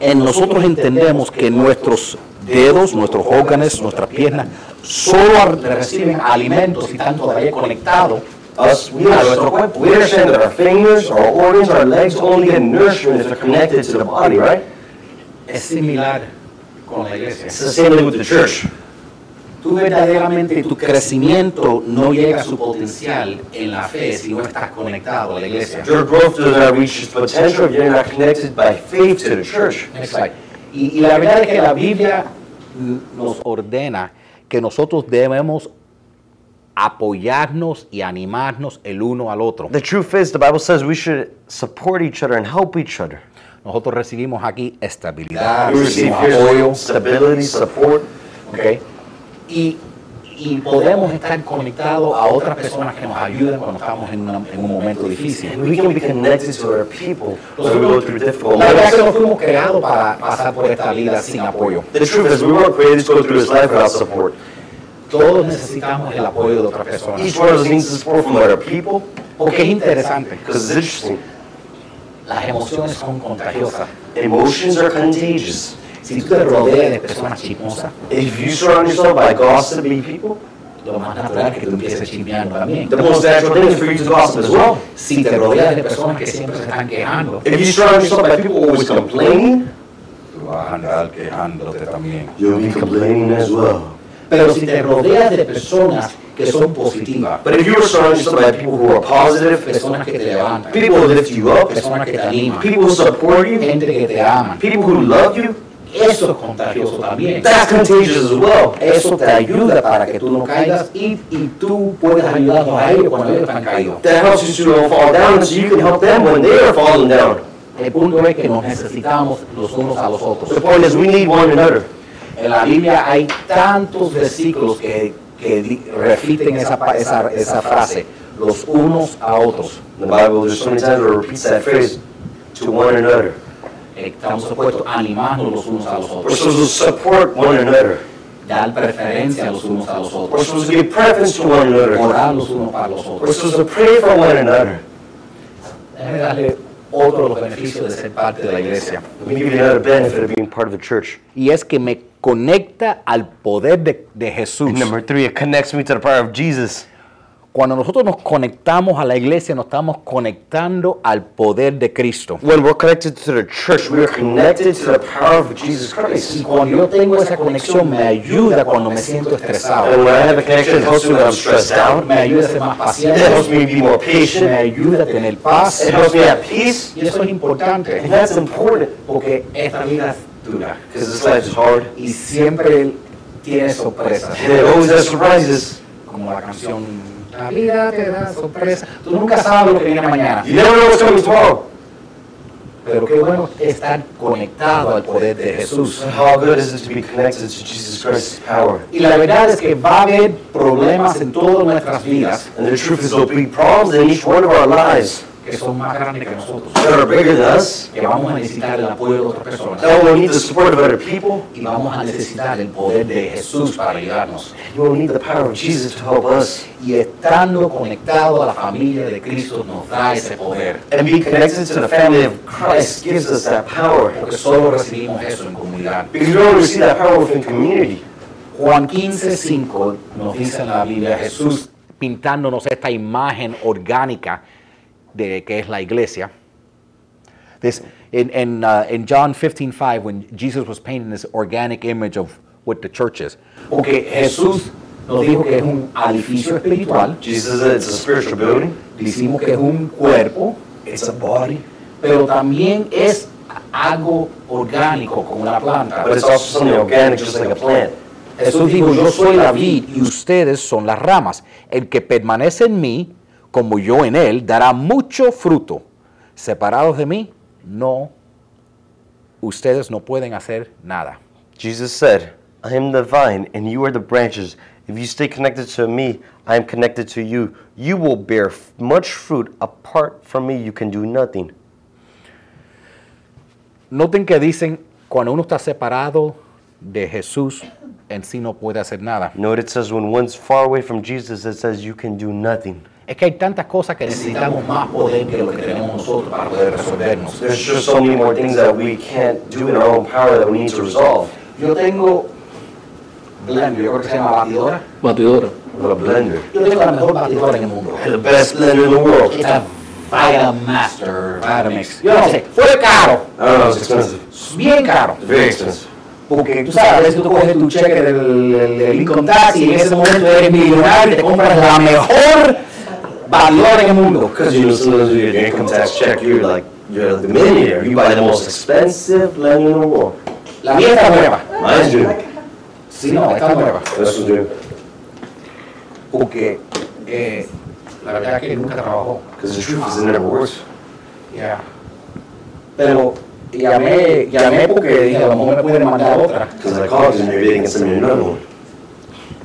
Speaker 1: En nosotros entendemos que nuestros dedos, nuestros órganos, nuestras piernas, solo reciben alimentos y tanto todavía conectado
Speaker 2: Us, we are so equipped. We understand that our fingers, our organs, our legs only get nourishment if they're connected to the body, right?
Speaker 1: es similar con la iglesia.
Speaker 2: It's the same thing with the church.
Speaker 1: Tú verdaderamente tu crecimiento no llega a su potencial en la fe si no estás conectado a la iglesia.
Speaker 2: Your growth does not reach its potential if you're not connected by faith to the church.
Speaker 1: Exacto. Y, y la verdad es que la Biblia nos ordena que nosotros debemos apoyarnos y animarnos el uno al otro.
Speaker 2: The truth is, the Bible says we should support each other and help each other.
Speaker 1: Nosotros recibimos aquí estabilidad,
Speaker 2: We receive
Speaker 1: recibimos
Speaker 2: here
Speaker 1: apoyo,
Speaker 2: stability, support,
Speaker 1: ¿ok? y, y podemos estar conectados a otras personas que nos ayudan cuando estamos en, una- en un momento difícil.
Speaker 2: and we can be connected to other people when we go through difficult
Speaker 1: La verdad es que no
Speaker 2: moments.
Speaker 1: fuimos creados para pasar por esta vida sin apoyo.
Speaker 2: The truth is, we weren't created to go through this life without support.
Speaker 1: Todos necesitamos el apoyo de otras personas.
Speaker 2: Each one of us needs support from other people
Speaker 1: Porque es interesante.
Speaker 2: because it's interesting.
Speaker 1: Las emociones son contagiosas.
Speaker 2: Emotions are contagious.
Speaker 1: Si tú te rodeas de personas chismosas,
Speaker 2: If you surround yourself by gossipy people,
Speaker 1: lo más natural es que tú empieces chismeando también.
Speaker 2: the most natural thing is for you to gossip as well.
Speaker 1: Si te rodeas de personas que siempre se están quejando,
Speaker 2: If you surround yourself by people always complaining,
Speaker 1: tú vas a andar quejándote también.
Speaker 2: You'll be complaining as well.
Speaker 1: Pero si te rodeas de personas
Speaker 3: que son positivas.
Speaker 2: But if you were surrounded yourself by people who are positive,
Speaker 3: Personas que te levantan,
Speaker 2: people who lift you up,
Speaker 3: personas que te animan,
Speaker 2: people who support you,
Speaker 3: gente que te aman.
Speaker 2: people who love you,
Speaker 3: Eso es contagioso también.
Speaker 2: that's contagious as well.
Speaker 3: Eso te ayuda para que tú no caigas y, y tú puedes ayudarnos a ellos cuando ellos están caídos.
Speaker 2: That helps you to don't fall down so you can help them when they are falling down.
Speaker 3: El punto es que nos necesitamos los unos a los
Speaker 2: The
Speaker 3: otros.
Speaker 2: point is, we need one another.
Speaker 3: En la Biblia hay tantos versículos que, que di- repiten esa, pa- esa, esa frase, los unos a otros.
Speaker 2: In the Bible, there's so many times where it repeats that phrase, to one another.
Speaker 3: Eh, Estamos supuestos a animarnos los unos a los
Speaker 2: We're
Speaker 3: otros,
Speaker 2: supposed to support one another.
Speaker 3: dar preferencia los unos a los
Speaker 2: We're
Speaker 3: otros,
Speaker 2: supposed to give preference to one another.
Speaker 3: orar los unos para los
Speaker 2: We're
Speaker 3: otros.
Speaker 2: supposed to pray for one another.
Speaker 3: Déjame darle otro de los beneficios de ser parte de la iglesia.
Speaker 2: Let me give you another benefit of being part of the church.
Speaker 1: Y es que me conecta al poder de, de Jesús.
Speaker 2: And number three, it connects me to the power of Jesus.
Speaker 1: Cuando nosotros nos conectamos a la iglesia, nos estamos conectando al poder de Cristo.
Speaker 2: When we're connected to the church, we are connected to the power of Jesus
Speaker 3: Y
Speaker 2: Christ.
Speaker 3: cuando yo tengo esa conexión me ayuda cuando me siento
Speaker 2: And
Speaker 3: estresado,
Speaker 2: when I have a connection, it helps me when I'm stressed out.
Speaker 3: me ayuda a ser más
Speaker 2: It
Speaker 3: paciente,
Speaker 2: helps me be more
Speaker 3: me
Speaker 2: patient.
Speaker 3: ayuda a tener paz.
Speaker 2: It helps me have peace.
Speaker 3: Y eso es
Speaker 2: And
Speaker 3: importante
Speaker 2: that's important
Speaker 3: porque esta vida es dura
Speaker 2: because this life is hard.
Speaker 3: y siempre tiene sorpresas,
Speaker 2: And it always has surprises.
Speaker 3: como la canción La vida te da sorpresa. Tú nunca sabes lo que viene mañana,
Speaker 2: You never know what's coming tomorrow.
Speaker 3: pero qué bueno estar conectado al poder de Jesús.
Speaker 2: How good is it to be connected to Jesus Christ's power?
Speaker 3: Y la verdad es que va a haber problemas en todas nuestras vidas
Speaker 2: And the truth is, there'll be problems in each one of our lives
Speaker 3: que son más grandes que nosotros.
Speaker 2: that are bigger than us.
Speaker 3: que vamos a necesitar el apoyo de otras personas
Speaker 2: That we'll need the support of other people.
Speaker 3: y vamos a necesitar el poder de Jesús para ayudarnos.
Speaker 2: And we'll need the power of Jesus to help us.
Speaker 3: Y estando conectado a la familia de Cristo nos da ese poder,
Speaker 2: And being connected to the family of Christ gives us that power.
Speaker 3: porque solo recibimos eso en comunidad.
Speaker 2: Because we don't receive that power within community.
Speaker 3: Juan 15:5 nos dice en la Biblia Jesús,
Speaker 1: Jesús pintándonos esta imagen orgánica de que es la iglesia. This in in uh, in John 15:5 when Jesus was painting this organic image of what the church is.
Speaker 3: porque Jesús nos dijo que es un edificio espiritual,
Speaker 2: Jesus said it's a spiritual building,
Speaker 3: decimos que es un cuerpo,
Speaker 2: it's a body,
Speaker 3: pero también es algo orgánico como una planta.
Speaker 2: but it's also something organic, just like a plant.
Speaker 1: Jesús dijo, "Yo soy la vid y ustedes son las ramas. El que permanece en mí, como yo en él, dará mucho fruto. Separados de mí, no ustedes no pueden hacer nada."
Speaker 2: Jesus said, I am the vine, and you are the branches. If you stay connected to me, I am connected to you. You will bear f- much fruit. Apart from me, you can do nothing.
Speaker 1: Noten que dicen, cuando uno está separado de Jesús, en sí no puede hacer nada.
Speaker 2: You know what it says when one's far away from Jesus, it says you can do nothing.
Speaker 1: Es que hay tantas cosas que necesitamos.
Speaker 3: necesitamos más poder que lo que tenemos nosotros para poder resolvernos.
Speaker 2: There's just so many more things that we can't do in our own power that we need to resolve.
Speaker 3: Yo tengo, blender, yo creo que se llama batidora.
Speaker 4: batidora.
Speaker 2: With a blender.
Speaker 3: Yo tengo la mejor batidora en el mundo.
Speaker 2: The best blender in the world.
Speaker 3: Esta Vitamaster, Vitamix. Yo no sé, fue caro,
Speaker 2: I don't know, it's expensive.
Speaker 3: bien caro.
Speaker 2: It's very expensive.
Speaker 3: Porque tú sabes, a veces tú coges tu cheque del, del- del income tax y en ese momento eres millonario y te compras la mejor batidora en el mundo.
Speaker 2: Because you know, sometimes you get your income tax check, you're like, you're the millionaire. You buy the most expensive blender in the world.
Speaker 3: La mía está nueva.
Speaker 2: Mine's new.
Speaker 3: Sí, no, está nueva.
Speaker 2: This will do.
Speaker 3: Porque eh, la verdad que nunca trabajó.
Speaker 2: Because the truth is, it never works.
Speaker 3: Ya. Pero llamé, llamé porque dije, a lo mejor me pueden mandar otra.
Speaker 2: Because I called you, maybe they can send me another one.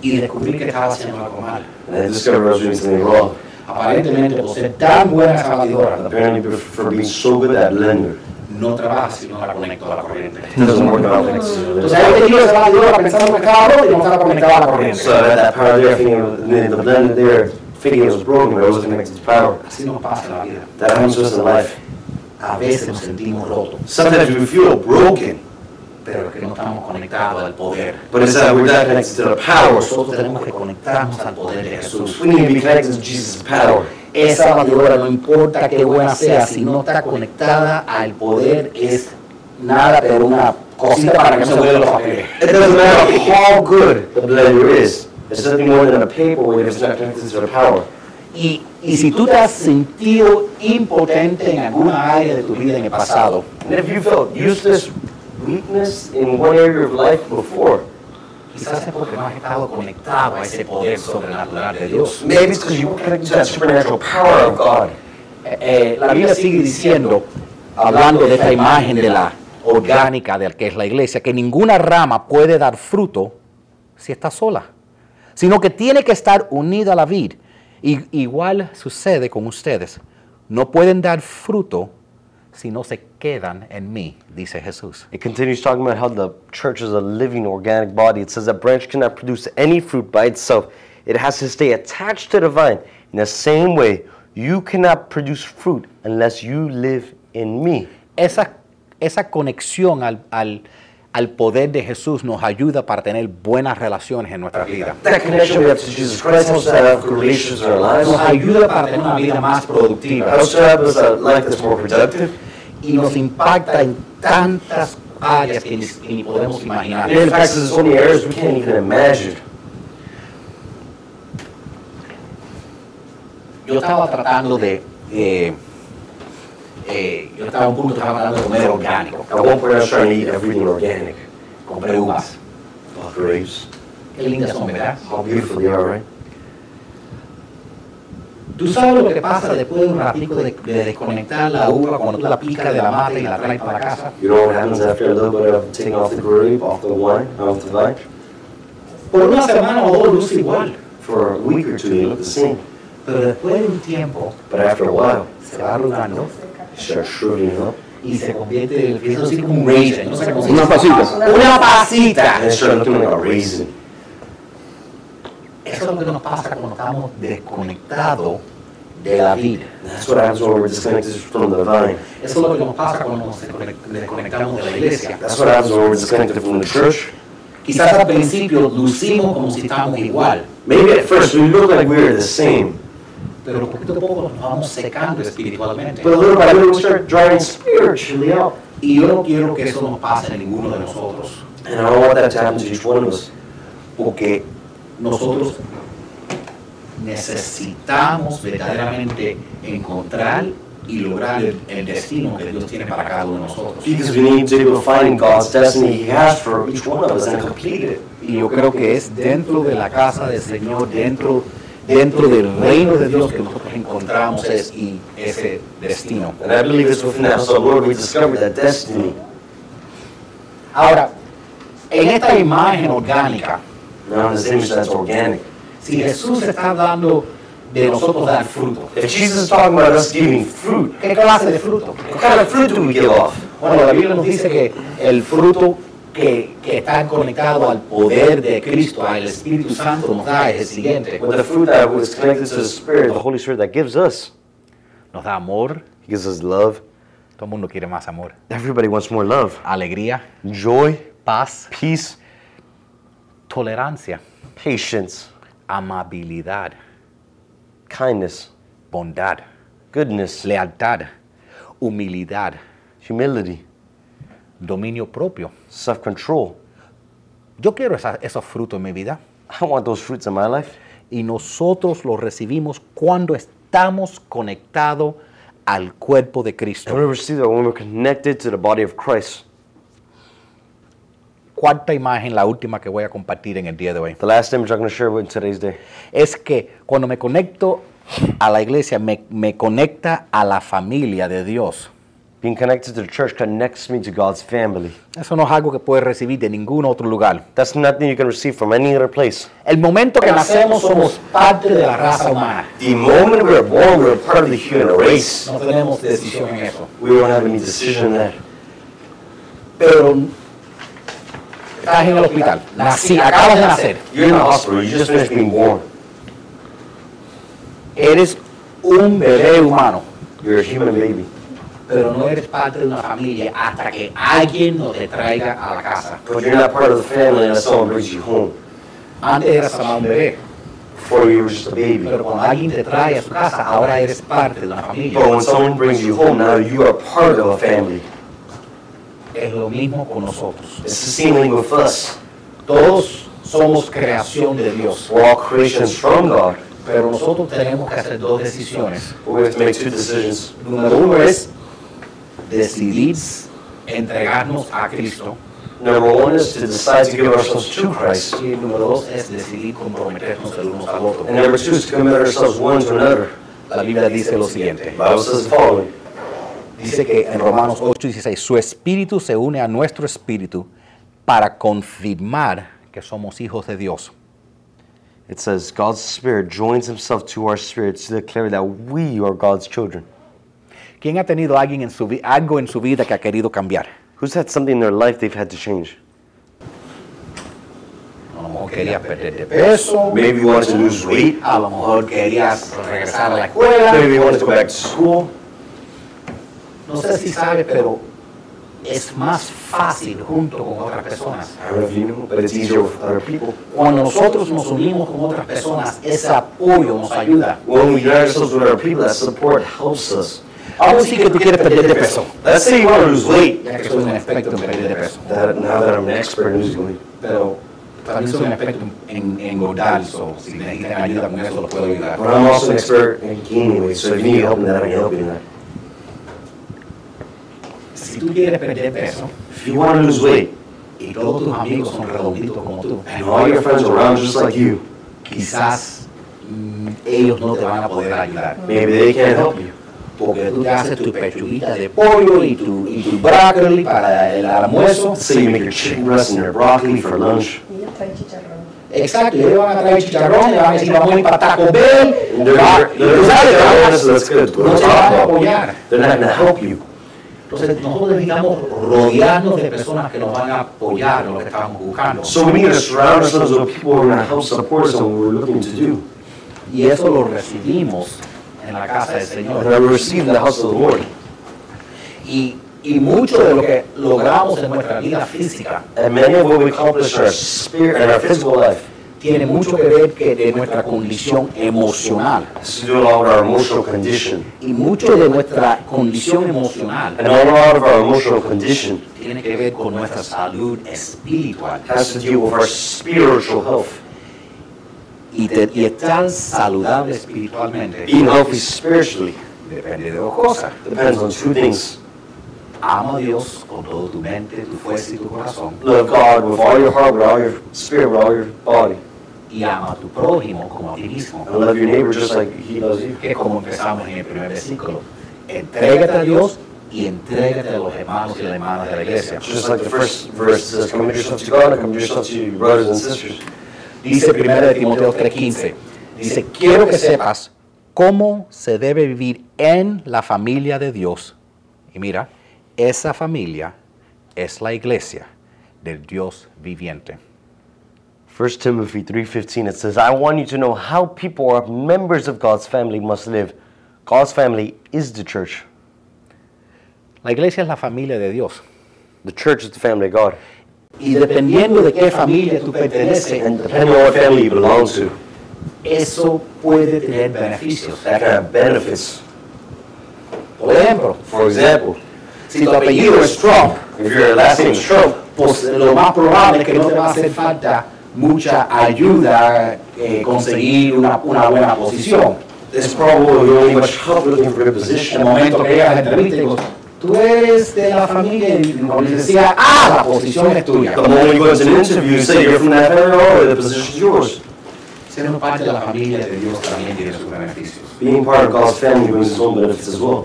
Speaker 3: Y descubrí que estaba haciendo algo mal.
Speaker 2: And I discovered I was doing something wrong.
Speaker 3: Aparentemente, por ser tan buena esa batidora,
Speaker 2: Apparently, for being so good at blender,
Speaker 3: no trabaja si no la conecto a la corriente.
Speaker 2: it doesn't work out like this.
Speaker 3: Entonces, yo tenía esa batidora pensando que estaba rota y no estaba conectada a la corriente.
Speaker 2: So I had that power there, thinking it was- and then the blender there, thinking it was broken, but it wasn't connected to power.
Speaker 3: Así nos pasa en la vida.
Speaker 2: That happens to us in life.
Speaker 3: A veces nos sentimos rotos,
Speaker 2: Sometimes we feel broken,
Speaker 3: pero es que no estamos conectados al poder.
Speaker 2: but it's that we're not connected to the power. So
Speaker 3: Nosotros tenemos que conectarnos al poder de Jesús.
Speaker 2: we need to be connected to Jesus' power.
Speaker 3: Esa batidora, no importa qué buena sea, si no está conectada al poder, es nada, pero una cosita para que no se vuelvan los papeles.
Speaker 2: It doesn't matter how good the blender is, It's nothing more than a paperweight of objections for power.
Speaker 1: Y, y si tú te has sentido impotente en alguna área de tu vida en el pasado,
Speaker 2: And if you felt useless weakness in one area of life before,
Speaker 1: quizás es porque no has estado conectado a ese poder sobrenatural de Dios.
Speaker 2: maybe it's because you were connected to that supernatural power of God.
Speaker 1: Eh, la Biblia sigue diciendo, hablando de esta imagen de la orgánica de la que es la iglesia, que ninguna rama puede dar fruto si está sola, sino que tiene que estar unida a la vid. Y- igual sucede con ustedes. No pueden dar fruto si no se quedan en mí, dice Jesús.
Speaker 2: It continues talking about how the church is a living organic body. It says that branch cannot produce any fruit by itself. It has to stay attached to the vine. In the same way, you cannot produce fruit unless you live in me.
Speaker 1: Esa, esa conexión al, al- al poder de Jesús nos ayuda para tener buenas relaciones en nuestra vida.
Speaker 2: That connection we have to Jesus Christ helps us to have good relationships in our lives.
Speaker 1: Nos ayuda para tener una vida más productiva.
Speaker 2: Helps to have us a life that's more productive.
Speaker 1: y nos impacta en tantas áreas que ni, que ni podemos imaginar.
Speaker 2: It impacts us in so many areas we can't even imagine.
Speaker 1: Yo estaba tratando de, eh, eh, yo estaba a un punto estaba tratando de comer orgánico,
Speaker 2: At one point, I was trying to eat everything organic.
Speaker 1: compré uvas.
Speaker 2: Oh, grapes.
Speaker 1: Qué lindas son, ¿verdad?
Speaker 2: How beautiful they are, right?
Speaker 1: Tú sabes lo que pasa después de un ratico de, de desconectar la uva cuando tú la picas de la mata y la traes para la casa.
Speaker 2: You know what happens after a little bit of taking off the grape, off the wine, off the vine?
Speaker 1: Por una semana o dos luce igual,
Speaker 2: For a week or two, they look the same.
Speaker 1: pero después de un tiempo
Speaker 2: But after a while,
Speaker 1: se va arrugando
Speaker 2: they start shriveling up.
Speaker 1: y se convierte, empieza a ser como un raisin, no sé cómo se
Speaker 3: Una
Speaker 1: dice.
Speaker 3: pasita.
Speaker 1: Una pasita.
Speaker 2: And they start looking like a raisin.
Speaker 1: Eso es lo que nos pasa cuando estamos desconectados de la vida.
Speaker 2: That's what happens when we're disconnected from the vine.
Speaker 1: Eso es lo que nos pasa cuando nos desconect- desconectamos de la iglesia.
Speaker 2: That's what happens when we're disconnected from the church.
Speaker 1: Quizás al principio lucimos como si estábamos igual,
Speaker 2: Maybe at first we look like we were the same,
Speaker 1: pero poquito a poco nos vamos secando espiritualmente.
Speaker 2: but little by little we start drying spiritually out.
Speaker 1: Y yo no quiero que eso nos pase a ninguno de nosotros,
Speaker 2: And I don't want that to happen to each one of us.
Speaker 1: porque nosotros necesitamos verdaderamente encontrar y lograr el, el destino que Dios tiene para cada uno de nosotros.
Speaker 2: Because we need to be able to find God's destiny He has for each one of us and complete it.
Speaker 1: Y yo creo que es dentro de la casa del Señor, dentro, dentro del reino de Dios que nosotros encontramos es, y ese destino.
Speaker 2: And I believe it's within us, so Lord, we discover that destiny.
Speaker 1: Ahora, en esta imagen orgánica,
Speaker 2: Now in this image that's organic.
Speaker 1: si Jesús está hablando de nosotros dar fruto,
Speaker 2: If Jesus is talking about us giving fruit,
Speaker 1: ¿qué clase de fruto?
Speaker 2: what kind of fruit do we give off?
Speaker 1: Bueno, la Biblia nos dice que el fruto que, que está conectado al poder de Cristo, al Espíritu Santo, nos da es el siguiente.
Speaker 2: Well, the fruit that was connected to the Spirit, the Holy Spirit that gives us.
Speaker 1: Nos da amor,
Speaker 2: He gives us love.
Speaker 1: todo el mundo quiere más amor,
Speaker 2: Everybody wants more love,
Speaker 1: alegría,
Speaker 2: joy,
Speaker 1: paz,
Speaker 2: peace,
Speaker 1: tolerancia.
Speaker 2: patience,
Speaker 1: amabilidad,
Speaker 2: kindness,
Speaker 1: bondad,
Speaker 2: goodness,
Speaker 1: lealtad, humildad,
Speaker 2: humility,
Speaker 1: dominio propio.
Speaker 2: self control.
Speaker 1: Yo quiero esa- esos frutos en mi vida
Speaker 2: I want those fruits in my life.
Speaker 1: y nosotros los recibimos cuando estamos conectados al cuerpo de
Speaker 2: And we
Speaker 1: Cristo.
Speaker 2: receive that when we're connected to the body of Christ.
Speaker 1: Cuarta imagen, la última que voy a compartir en el día de hoy,
Speaker 2: The last image I'm going to share with you today's day.
Speaker 1: es que cuando me conecto a la iglesia, me, me conecta a la familia de Dios.
Speaker 2: Being connected to the church connects me to God's family.
Speaker 1: Eso no es algo que puedes recibir de ningún otro lugar.
Speaker 2: That's nothing you can receive from any other place.
Speaker 1: El momento que nacemos somos parte de la raza humana.
Speaker 2: The moment we're born, we're part of the human race.
Speaker 1: No tenemos decisión en eso.
Speaker 2: We don't have any decision there.
Speaker 1: Pero estás en el hospital. Nací, acabas de nacer.
Speaker 2: You're in the hospital, you just finished being born.
Speaker 1: Eres un bebé humano.
Speaker 2: You're a human baby.
Speaker 1: Pero no eres parte de una familia hasta que alguien nos te traiga a la casa.
Speaker 2: But you're not part of the family unless someone brings you home.
Speaker 1: Antes eras llamado un bebé,
Speaker 2: Before you were just a baby.
Speaker 1: pero cuando alguien te trae a su casa, ahora eres parte de una familia.
Speaker 2: But when someone brings you home, now you are part of a family.
Speaker 1: Es lo mismo con nosotros.
Speaker 2: It's the same thing with us.
Speaker 1: Todos somos creación de Dios.
Speaker 2: We're all creations from God.
Speaker 1: Pero nosotros tenemos que hacer dos decisiones.
Speaker 2: We have to make two decisions.
Speaker 1: Número uno es decidir entregarnos a Cristo.
Speaker 2: Number one is to decide to give ourselves to Christ.
Speaker 1: Y el número dos es decidir comprometernos el uno al otro.
Speaker 2: And number two is to commit ourselves one to another.
Speaker 1: La Biblia dice lo
Speaker 2: The
Speaker 1: siguiente.
Speaker 2: Bible says the following.
Speaker 1: Dice que en Romanos 8:16, su espíritu se une a nuestro espíritu para confirmar que somos hijos de Dios.
Speaker 2: It says, God's Spirit joins Himself to our spirits to declare that we are God's children.
Speaker 1: ¿Quién ha tenido alguien en su vi- algo en su vida que ha querido cambiar?
Speaker 2: Who's had something in their life they've had to change?
Speaker 1: A lo mejor querías perder de peso,
Speaker 2: Maybe you wanted to lose weight.
Speaker 1: a lo mejor querías regresar a la escuela.
Speaker 2: Maybe you wanted to go back to school.
Speaker 1: No sé si sabes, pero es más fácil junto con otras personas.
Speaker 2: I don't know if you know, but it's easier with other people.
Speaker 1: Cuando nosotros nos unimos con otras personas, ese apoyo nos ayuda.
Speaker 2: When we unite ourselves with other people, that support helps us.
Speaker 1: Aún sí que tú quieres perder de peso.
Speaker 2: Let's say you want to lose weight.
Speaker 1: Ya que soy un experto en perder de peso.
Speaker 2: That, now that I'm an expert in losing weight,
Speaker 1: Pero también soy un experto en en engordar. so, si necesitan ayuda con eso, los puedo ayudar.
Speaker 2: but I'm also an expert in gaining weight. So if you need help in that, I can help you in that.
Speaker 1: Si tú quieres perder peso
Speaker 2: If you want to lose weight,
Speaker 1: y todos tus amigos son redonditos como tú,
Speaker 2: and all your friends around just like you,
Speaker 1: quizás mm, ellos no te van a poder ayudar.
Speaker 2: maybe they can't help you.
Speaker 1: Porque tú te haces tu pechuguita de pollo y tu, y tu brócoli para el almuerzo.
Speaker 2: Say you make your chicken breast and your broccoli for lunch.
Speaker 4: Y yo estoy chicharrón.
Speaker 1: Exacto, y ellos van a traer chicharrón, y van a decir, vamos a ir para Taco Bell.
Speaker 2: And they're,
Speaker 1: Va-
Speaker 2: they're, they're,
Speaker 1: tú sabes, te van a-
Speaker 2: honest, that's good. But
Speaker 1: No
Speaker 2: on
Speaker 1: te van a
Speaker 2: top of
Speaker 1: apoyar.
Speaker 2: that, they're not going to help you.
Speaker 1: Entonces nosotros necesitamos rodearnos de personas que nos van a apoyar en lo que estamos buscando.
Speaker 2: So we need to surround ourselves with people who are going to help support us in what we're looking to do.
Speaker 1: Y eso lo recibimos en la casa del Señor.
Speaker 2: And I received in the house of the Lord.
Speaker 1: Y, y mucho de lo que logramos en nuestra vida física
Speaker 2: And many of what we accomplish in our spirit and our physical life
Speaker 1: tiene mucho que ver que de nuestra condición emocional.
Speaker 2: has to do a lot with our emotional condition.
Speaker 1: Y mucho de nuestra condición emocional
Speaker 2: And a lot of our emotional condition
Speaker 1: tiene que ver con nuestra salud espiritual.
Speaker 2: has to do with our spiritual health.
Speaker 1: Y, te- y estar saludable espiritualmente
Speaker 2: Being healthy spiritually
Speaker 1: depende de dos cosas.
Speaker 2: depends on two things.
Speaker 1: Ama a Dios con toda tu mente, tu fuerza y tu corazón.
Speaker 2: Love God with all your heart, with all your spirit, with all your body.
Speaker 1: Y ama a tu prójimo como a ti mismo.
Speaker 2: And love your neighbor just like he loves you.
Speaker 1: que es como empezamos en el primer versículo. Entrégate a Dios y entrégate a los hermanos y las hermanas de la iglesia.
Speaker 2: Just like the first verse says, commit yourself to God and commit yourself to your brothers and sisters.
Speaker 1: Dice 1 de Timoteo 3:15. Dice, quiero que sepas cómo se debe vivir en la familia de Dios. Y mira, esa familia es la iglesia del Dios viviente.
Speaker 2: 1 Timothy 3:15 it says, "I want you to know how people who are members of God's family must live. God's family is the church.
Speaker 1: La iglesia es la familia de Dios.
Speaker 2: The church is the family of God.
Speaker 1: Y dependiendo de qué familia tú perteneces,
Speaker 2: And depending on what family you belong to,
Speaker 1: eso puede tener beneficios.
Speaker 2: that can have benefits.
Speaker 1: Por ejemplo,
Speaker 2: For example,
Speaker 1: si tu apellido es Trump,
Speaker 2: if your last name is Trump,
Speaker 1: pues lo más probable es que no te va a hacer falta mucha ayuda eh, conseguir una, una buena posición.
Speaker 2: it's probably only much help looking for a
Speaker 1: En el
Speaker 2: position.
Speaker 1: momento que llegas a la entrevista, digo, tú eres de la familia y cuando decía, ah, la posición es tuya.
Speaker 2: The moment you go into an interview, you say you're from that family, oh, the position's yours.
Speaker 1: Siendo parte de la familia de Dios también tiene sus beneficios,
Speaker 2: Being part of God's family brings its own benefits as well.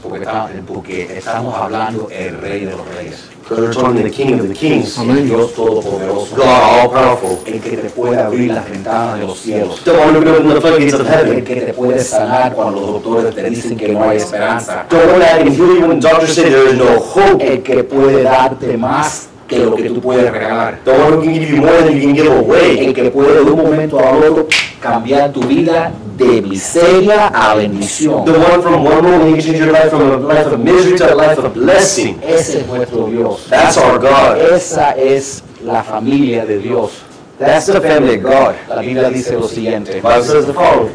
Speaker 1: porque, está- porque estamos hablando el rey de los reyes,
Speaker 2: Because we're talking to the King of the Kings,
Speaker 1: el Dios todopoderoso,
Speaker 2: God all-powerful.
Speaker 1: el que te puede abrir las ventanas de los cielos.
Speaker 2: Don't want to open the floodgates of heaven.
Speaker 1: el que te puede sanar cuando los doctores te dicen que no hay esperanza,
Speaker 2: The one that can heal you when doctors say there is no hope.
Speaker 1: el que puede darte más que lo que tú puedes regalar,
Speaker 2: The one who can give you more than you can give
Speaker 1: el
Speaker 2: away.
Speaker 1: que puede de un momento a otro cambiar tu vida de miseria a bendición.
Speaker 2: The one from one moment he can change your life from a life of misery to a life of blessing.
Speaker 1: Ese es nuestro Dios.
Speaker 2: That's our God.
Speaker 1: Esa es la familia de Dios.
Speaker 2: That's the family of God.
Speaker 1: La Biblia dice lo siguiente.
Speaker 2: The Bible says the following.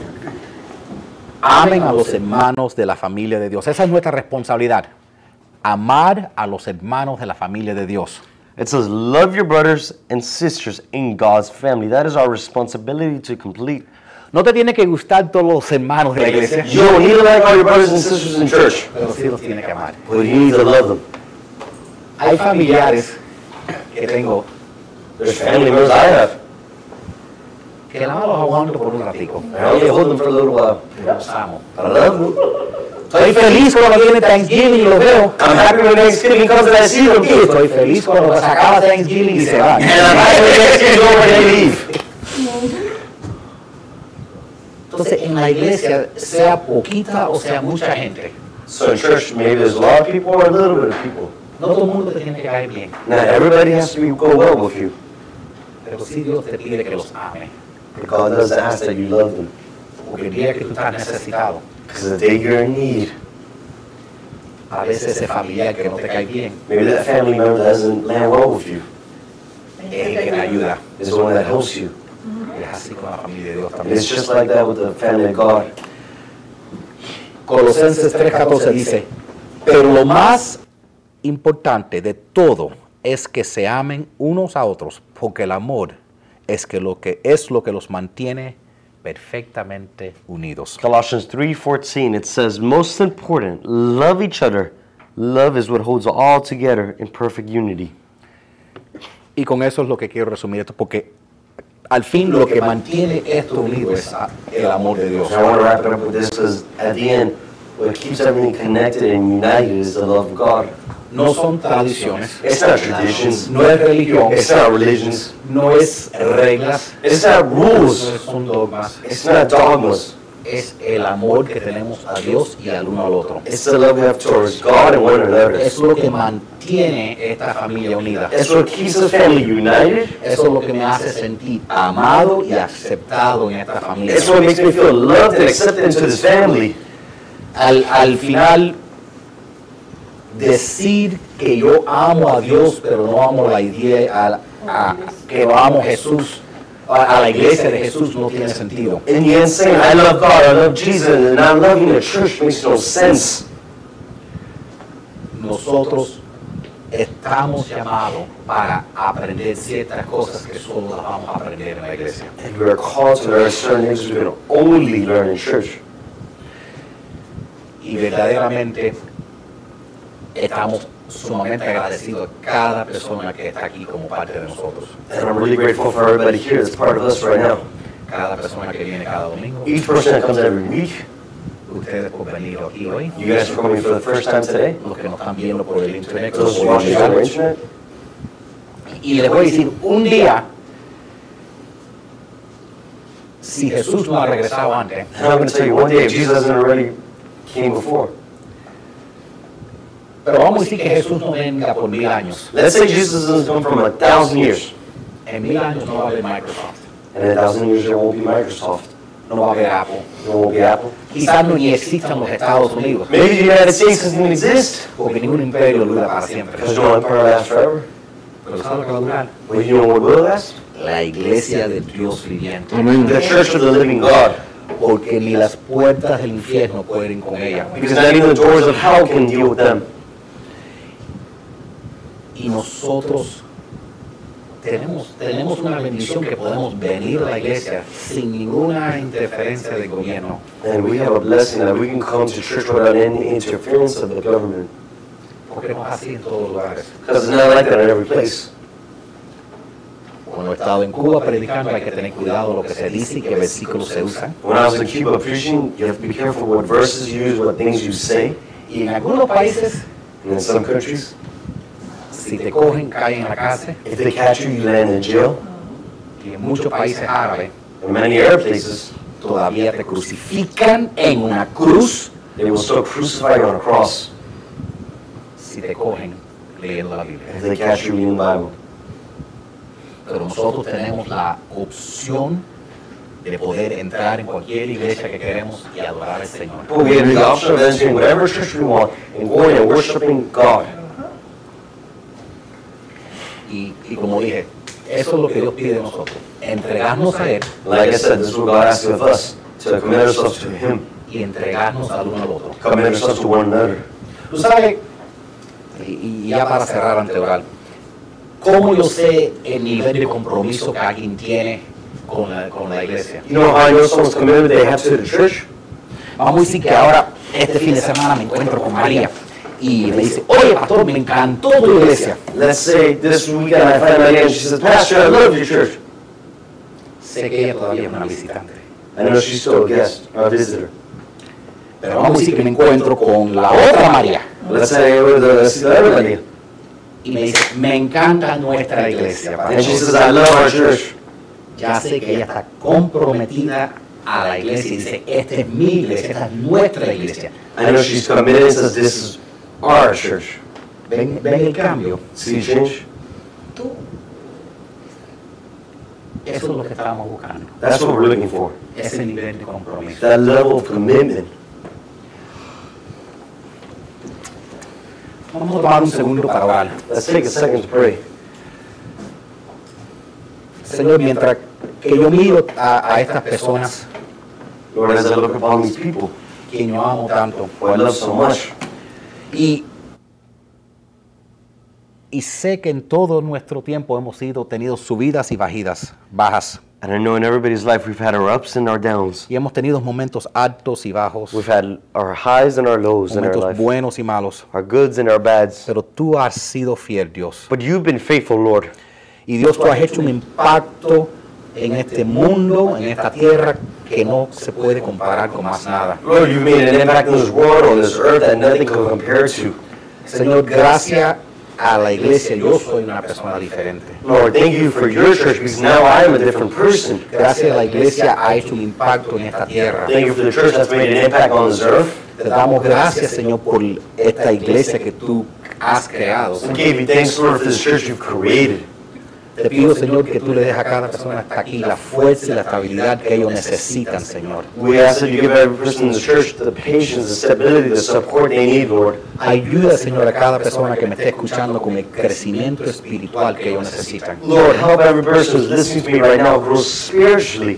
Speaker 1: Amen a los hermanos de la familia de Dios. Esa es nuestra responsabilidad. Amar a los hermanos de la familia de Dios.
Speaker 2: It says, Love your brothers and sisters in God's family. That is our responsibility to complete.
Speaker 1: No te tiene que gustar todos los hermanos de la iglesia,
Speaker 2: You don't need to like all your brothers and sisters in church,
Speaker 1: pero sí los tiene que amar.
Speaker 2: but you need to love them.
Speaker 1: Hay familiares que tengo pues,
Speaker 2: There's family members I have.
Speaker 1: que nada más los aguanto por un ratico,
Speaker 2: I only hold them for a little while.
Speaker 1: pero los amo.
Speaker 2: I love them.
Speaker 1: Estoy feliz cuando viene Thanksgiving y los veo.
Speaker 2: I'm happy when Thanksgiving comes and I see them.
Speaker 1: Estoy feliz cuando se acaba Thanksgiving y se van.
Speaker 2: And I'm happy when Thanksgiving's over and they leave.
Speaker 1: Entonces, en la iglesia, sea poquita o sea mucha gente,
Speaker 2: So in church, maybe there's a lot of people or a little bit of people.
Speaker 1: no todo el mundo te tiene que caer bien,
Speaker 2: Not everybody has to be, go well with you.
Speaker 1: pero sí Dios te pide que los ames.
Speaker 2: But God does ask that you love them.
Speaker 1: Porque el día que tú estás necesitado,
Speaker 2: Because the day you're in need,
Speaker 1: a veces ese familiar que no te cae bien
Speaker 2: maybe that family member that doesn't land well with you
Speaker 1: es el que te ayuda.
Speaker 2: is the one that helps you.
Speaker 1: Es así con la familia de Dios
Speaker 2: And
Speaker 1: también.
Speaker 2: it's just like that with the family of God.
Speaker 1: Colosenses 3:14 dice, pero lo más importante de todo es que se amen unos a otros, porque el amor es, que lo que, es lo que los mantiene perfectamente unidos.
Speaker 2: Colossians 3:14 it says most important love each other love is what holds all together in perfect unity
Speaker 1: Y con eso es lo que quiero resumir esto, porque al fin lo que mantiene esto unido es a- el amor de Dios.
Speaker 2: so I want to wrap it up with this cuz at the end what keeps everything connected and united is the love of God
Speaker 1: No son tradiciones,
Speaker 2: it's not traditions
Speaker 1: no es religión,
Speaker 2: it's not religions
Speaker 1: no es reglas,
Speaker 2: it's not
Speaker 1: no
Speaker 2: rules
Speaker 1: son dogmas,
Speaker 2: it's not dogmas
Speaker 1: es el amor que tenemos a Dios y al uno al otro.
Speaker 2: it's the love we have towards God and one another
Speaker 1: Es lo que mantiene esta familia unida.
Speaker 2: it's what keeps the family united
Speaker 1: Eso es lo que me hace sentir amado y aceptado en esta familia.
Speaker 2: it's what makes me feel loved and accepted into this family
Speaker 1: al, al final, decir que yo amo a Dios, pero no amo la idea, a la- a- que no amo a Jesús, a, a la iglesia de Jesús no tiene sentido.
Speaker 2: in the end saying, I love God, I love Jesus, and not loving the church makes no sense.
Speaker 1: Nosotros estamos llamados para aprender ciertas cosas que solo las vamos a aprender en la iglesia.
Speaker 2: And we are called to learn certain things we can only learn in church.
Speaker 1: y verdaderamente estamos sumamente agradecidos a cada persona que está aquí como parte de nosotros,
Speaker 2: And I'm really grateful for everybody here that's part of us right now.
Speaker 1: cada persona que viene cada domingo,
Speaker 2: Each person that comes every week,
Speaker 1: ustedes por venir aquí hoy,
Speaker 2: you guys for coming for the first time today,
Speaker 1: los que nos están viendo por el internet,
Speaker 2: those
Speaker 1: por los
Speaker 2: watching on the
Speaker 1: lugares.
Speaker 2: internet.
Speaker 1: y les voy a decir, un día, si Jesús no ha regresado antes,
Speaker 2: And I'm going to tell you one day, if Jesus hasn't already came before,
Speaker 1: pero vamos a decir que Jesús no venga por mil años,
Speaker 2: let's say Jesus doesn't come from a thousand years,
Speaker 1: en mil años no va a haber Microsoft,
Speaker 2: and in a thousand years there won't be Microsoft,
Speaker 1: no va a haber Apple,
Speaker 2: there won't be Apple.
Speaker 1: quizás no ni existan los Estados Unidos,
Speaker 2: Maybe the United States doesn't exist,
Speaker 1: porque ningún imperio dura para siempre.
Speaker 2: because no empire lasts forever.
Speaker 1: Pero ¿sabe lo que va a durar?
Speaker 2: Well, you know what will last?
Speaker 1: La iglesia de Dios viviente.
Speaker 2: The Church of the Living God.
Speaker 1: Porque ni las puertas del infierno pueden con ella.
Speaker 2: Because not even the doors of hell can deal with them.
Speaker 1: Y nosotros tenemos, tenemos una bendición que podemos venir a la iglesia sin ninguna interferencia del gobierno.
Speaker 2: And we have a blessing that we can come to church without any interference of the government.
Speaker 1: Porque no es así en todos lugares.
Speaker 2: Because it's not like that in every place.
Speaker 1: Cuando he estado en Cuba predicando hay que tener cuidado lo que se dice y qué versículos se usan.
Speaker 2: When I was in Cuba preaching, you have to be careful what verses you use, what things you say.
Speaker 1: Y en algunos países,
Speaker 2: And in some countries,
Speaker 1: si te cogen, caen en la cárcel.
Speaker 2: if they catch you, you land in jail.
Speaker 1: Y en muchos países árabes
Speaker 2: In many Arab places,
Speaker 1: todavía te crucifican en una cruz
Speaker 2: they will still crucify you on a cross
Speaker 1: si te cogen leyendo la Biblia.
Speaker 2: if they catch you reading the Bible.
Speaker 1: Pero nosotros tenemos la opción de poder entrar en cualquier iglesia que queremos y adorar al Señor.
Speaker 2: But we have the option of entering whatever church we want and going and worshiping God.
Speaker 1: Y, y como dije, eso es lo que Dios pide de nosotros, entregarnos a Él
Speaker 2: Like I said, this is what God asks of us to commit ourselves to Him,
Speaker 1: y entregarnos al uno al otro.
Speaker 2: commit ourselves to one another.
Speaker 1: Tú sabes, y, y ya para cerrar ante oral,
Speaker 3: ¿Cómo yo sé el nivel de compromiso que alguien tiene con la, con la iglesia?
Speaker 2: You know how I know someone's committed they have to the church?
Speaker 3: Vamos a decir que ahora, este fin de semana, me encuentro con María y me dice, oye, pastor, me encantó tu iglesia.
Speaker 2: Let's say this weekend I find Maria and she says, Pastor, I love your church.
Speaker 3: Sé que ella todavía es una visitante.
Speaker 2: I know she's still a guest, a visitor.
Speaker 3: Pero vamos a decir que me encuentro con la otra María
Speaker 2: Let's say it was uh, see everybody.
Speaker 3: y me dice, me encanta nuestra iglesia.
Speaker 2: And she
Speaker 3: pastor.
Speaker 2: says, I love our church.
Speaker 3: Ya sé que ella está comprometida a la iglesia y dice, esta es mi iglesia, esta es nuestra iglesia.
Speaker 2: I know she's committed and says, This is our church.
Speaker 3: Ven, ven el cambio.
Speaker 2: See the change?
Speaker 3: Tú. Eso es lo que estábamos buscando,
Speaker 2: That's what we're looking for.
Speaker 3: ese nivel de compromiso.
Speaker 2: That level of commitment.
Speaker 3: Vamos a tomar un segundo para orar.
Speaker 2: Let's take a second to pray.
Speaker 3: Señor, mientras que yo miro a, a estas personas
Speaker 2: Lord, as I look upon these people
Speaker 3: que yo amo tanto
Speaker 2: who I love so much,
Speaker 3: y, y sé que en todo nuestro tiempo hemos sido tenido subidas y bajidas, bajas
Speaker 2: and I know in everybody's life we've had our ups and our downs.
Speaker 3: y hemos tenido momentos altos y bajos,
Speaker 2: We've had our highs and our lows in our
Speaker 3: momentos
Speaker 2: life,
Speaker 3: buenos y malos,
Speaker 2: our goods and our bads.
Speaker 3: pero tú has sido fiel, Dios.
Speaker 2: But you've been faithful, Lord.
Speaker 3: Y Dios, tú has hecho un impacto en este mundo, en esta tierra, que no se puede comparar con más nada.
Speaker 2: Lord, you made an impact in this world, on this earth, that nothing can compare to.
Speaker 3: Señor, gracias a la iglesia, yo soy una persona diferente.
Speaker 2: Lord, thank you for your church because now I am a different person.
Speaker 3: Gracias a la iglesia ha hecho un impacto en esta tierra.
Speaker 2: Thank you for the church that's made an impact on this earth.
Speaker 3: Te damos gracias, Señor, por esta iglesia que tú has creado.
Speaker 2: We gave you thanks, Lord, for this church you've created.
Speaker 3: Te pido, Señor, que tú le des a cada persona hasta aquí la fuerza y la estabilidad que ellos necesitan, Señor.
Speaker 2: We ask that you give every person in the church the patience, the stability, the support they need, Lord.
Speaker 3: Ayuda, Señor, a cada persona que me esté escuchando con el crecimiento espiritual que ellos necesitan.
Speaker 2: Lord, help every person who's listening to me right now grow spiritually.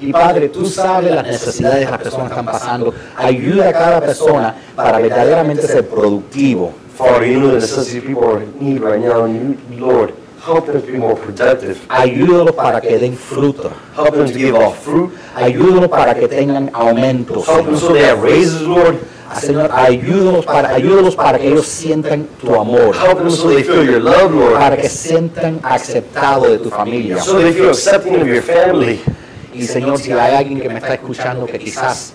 Speaker 3: Y Padre, tú sabes las necesidades que las personas están pasando. Ayuda a cada persona para verdaderamente ser productivo.
Speaker 2: Father, you know the necessity people are in need right now, and you, Lord, help them to be more productive.
Speaker 3: Ayúdalos para que den fruto.
Speaker 2: Help them to give off fruit.
Speaker 3: Ayúdalos para que tengan aumentos.
Speaker 2: Help them so they have raises, Lord.
Speaker 3: Señor, ayúdalos para, ayúdalos para que ellos sientan tu amor.
Speaker 2: Help them so they feel your love, Lord.
Speaker 3: Para que sientan aceptado de tu familia.
Speaker 2: So they feel accepting of your family.
Speaker 3: Y Señor, si hay alguien que me está escuchando que quizás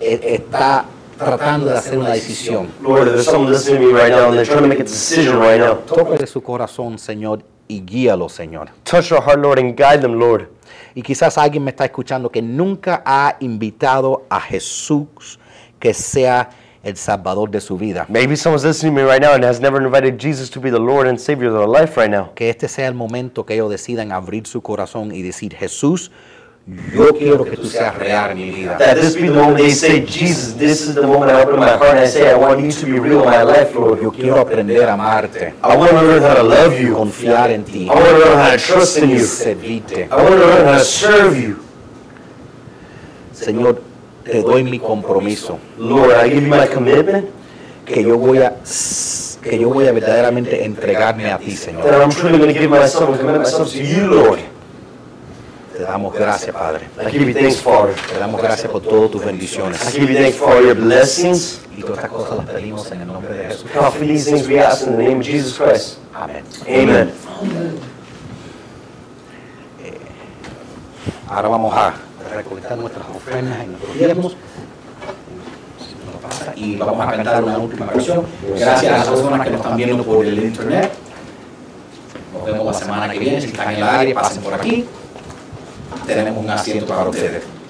Speaker 3: eh, está tratando de hacer una decisión,
Speaker 2: Lord, there's someone listening to me right now and they're trying to make a decision right now.
Speaker 3: tócale su corazón, Señor, y guíalo, Señor.
Speaker 2: Touch their heart, Lord, and guide them, Lord.
Speaker 3: Y quizás alguien me está escuchando que nunca ha invitado a Jesús que sea el Salvador de su vida.
Speaker 2: Maybe someone's listening to me right now and has never invited Jesus to be the Lord and Savior of their life right now.
Speaker 3: Que este sea el momento que ellos decidan abrir su corazón y decir, Jesús, yo quiero que tú seas real en mi vida.
Speaker 2: That this be the moment they say, Jesus, this is the moment I open my heart and I say, I want you to be real in my life, Lord.
Speaker 3: Yo quiero aprender a amarte,
Speaker 2: I want to learn how to love you. I
Speaker 3: confiar en ti,
Speaker 2: want to learn how to trust in
Speaker 3: y
Speaker 2: you.
Speaker 3: servirte.
Speaker 2: I want to learn how to serve you.
Speaker 3: Señor, te doy mi compromiso,
Speaker 2: Lord, I give you my commitment
Speaker 3: que yo voy a, que yo voy a verdaderamente entregarme a ti, Señor.
Speaker 2: that I'm truly going to give myself and commit myself to you, Lord.
Speaker 3: Te damos gracias, Padre.
Speaker 2: I give you thanks, Father.
Speaker 3: Te damos gracias por todas tus
Speaker 2: I
Speaker 3: bendiciones.
Speaker 2: give you thanks for all your blessings.
Speaker 3: Y todas estas cosas las pedimos en el nombre de Jesús.
Speaker 2: Now, for these things we ask in the name of Jesus Christ.
Speaker 3: Amén.
Speaker 2: Amen.
Speaker 3: Ahora vamos a recolectar nuestras ofrendas y nuestros diezmos. Y vamos a cantar una última canción. Gracias a las personas que nos están viendo por el internet. Nos vemos la semana que viene. Si están en la área, pasen por aquí. Tenemos un asiento para ustedes.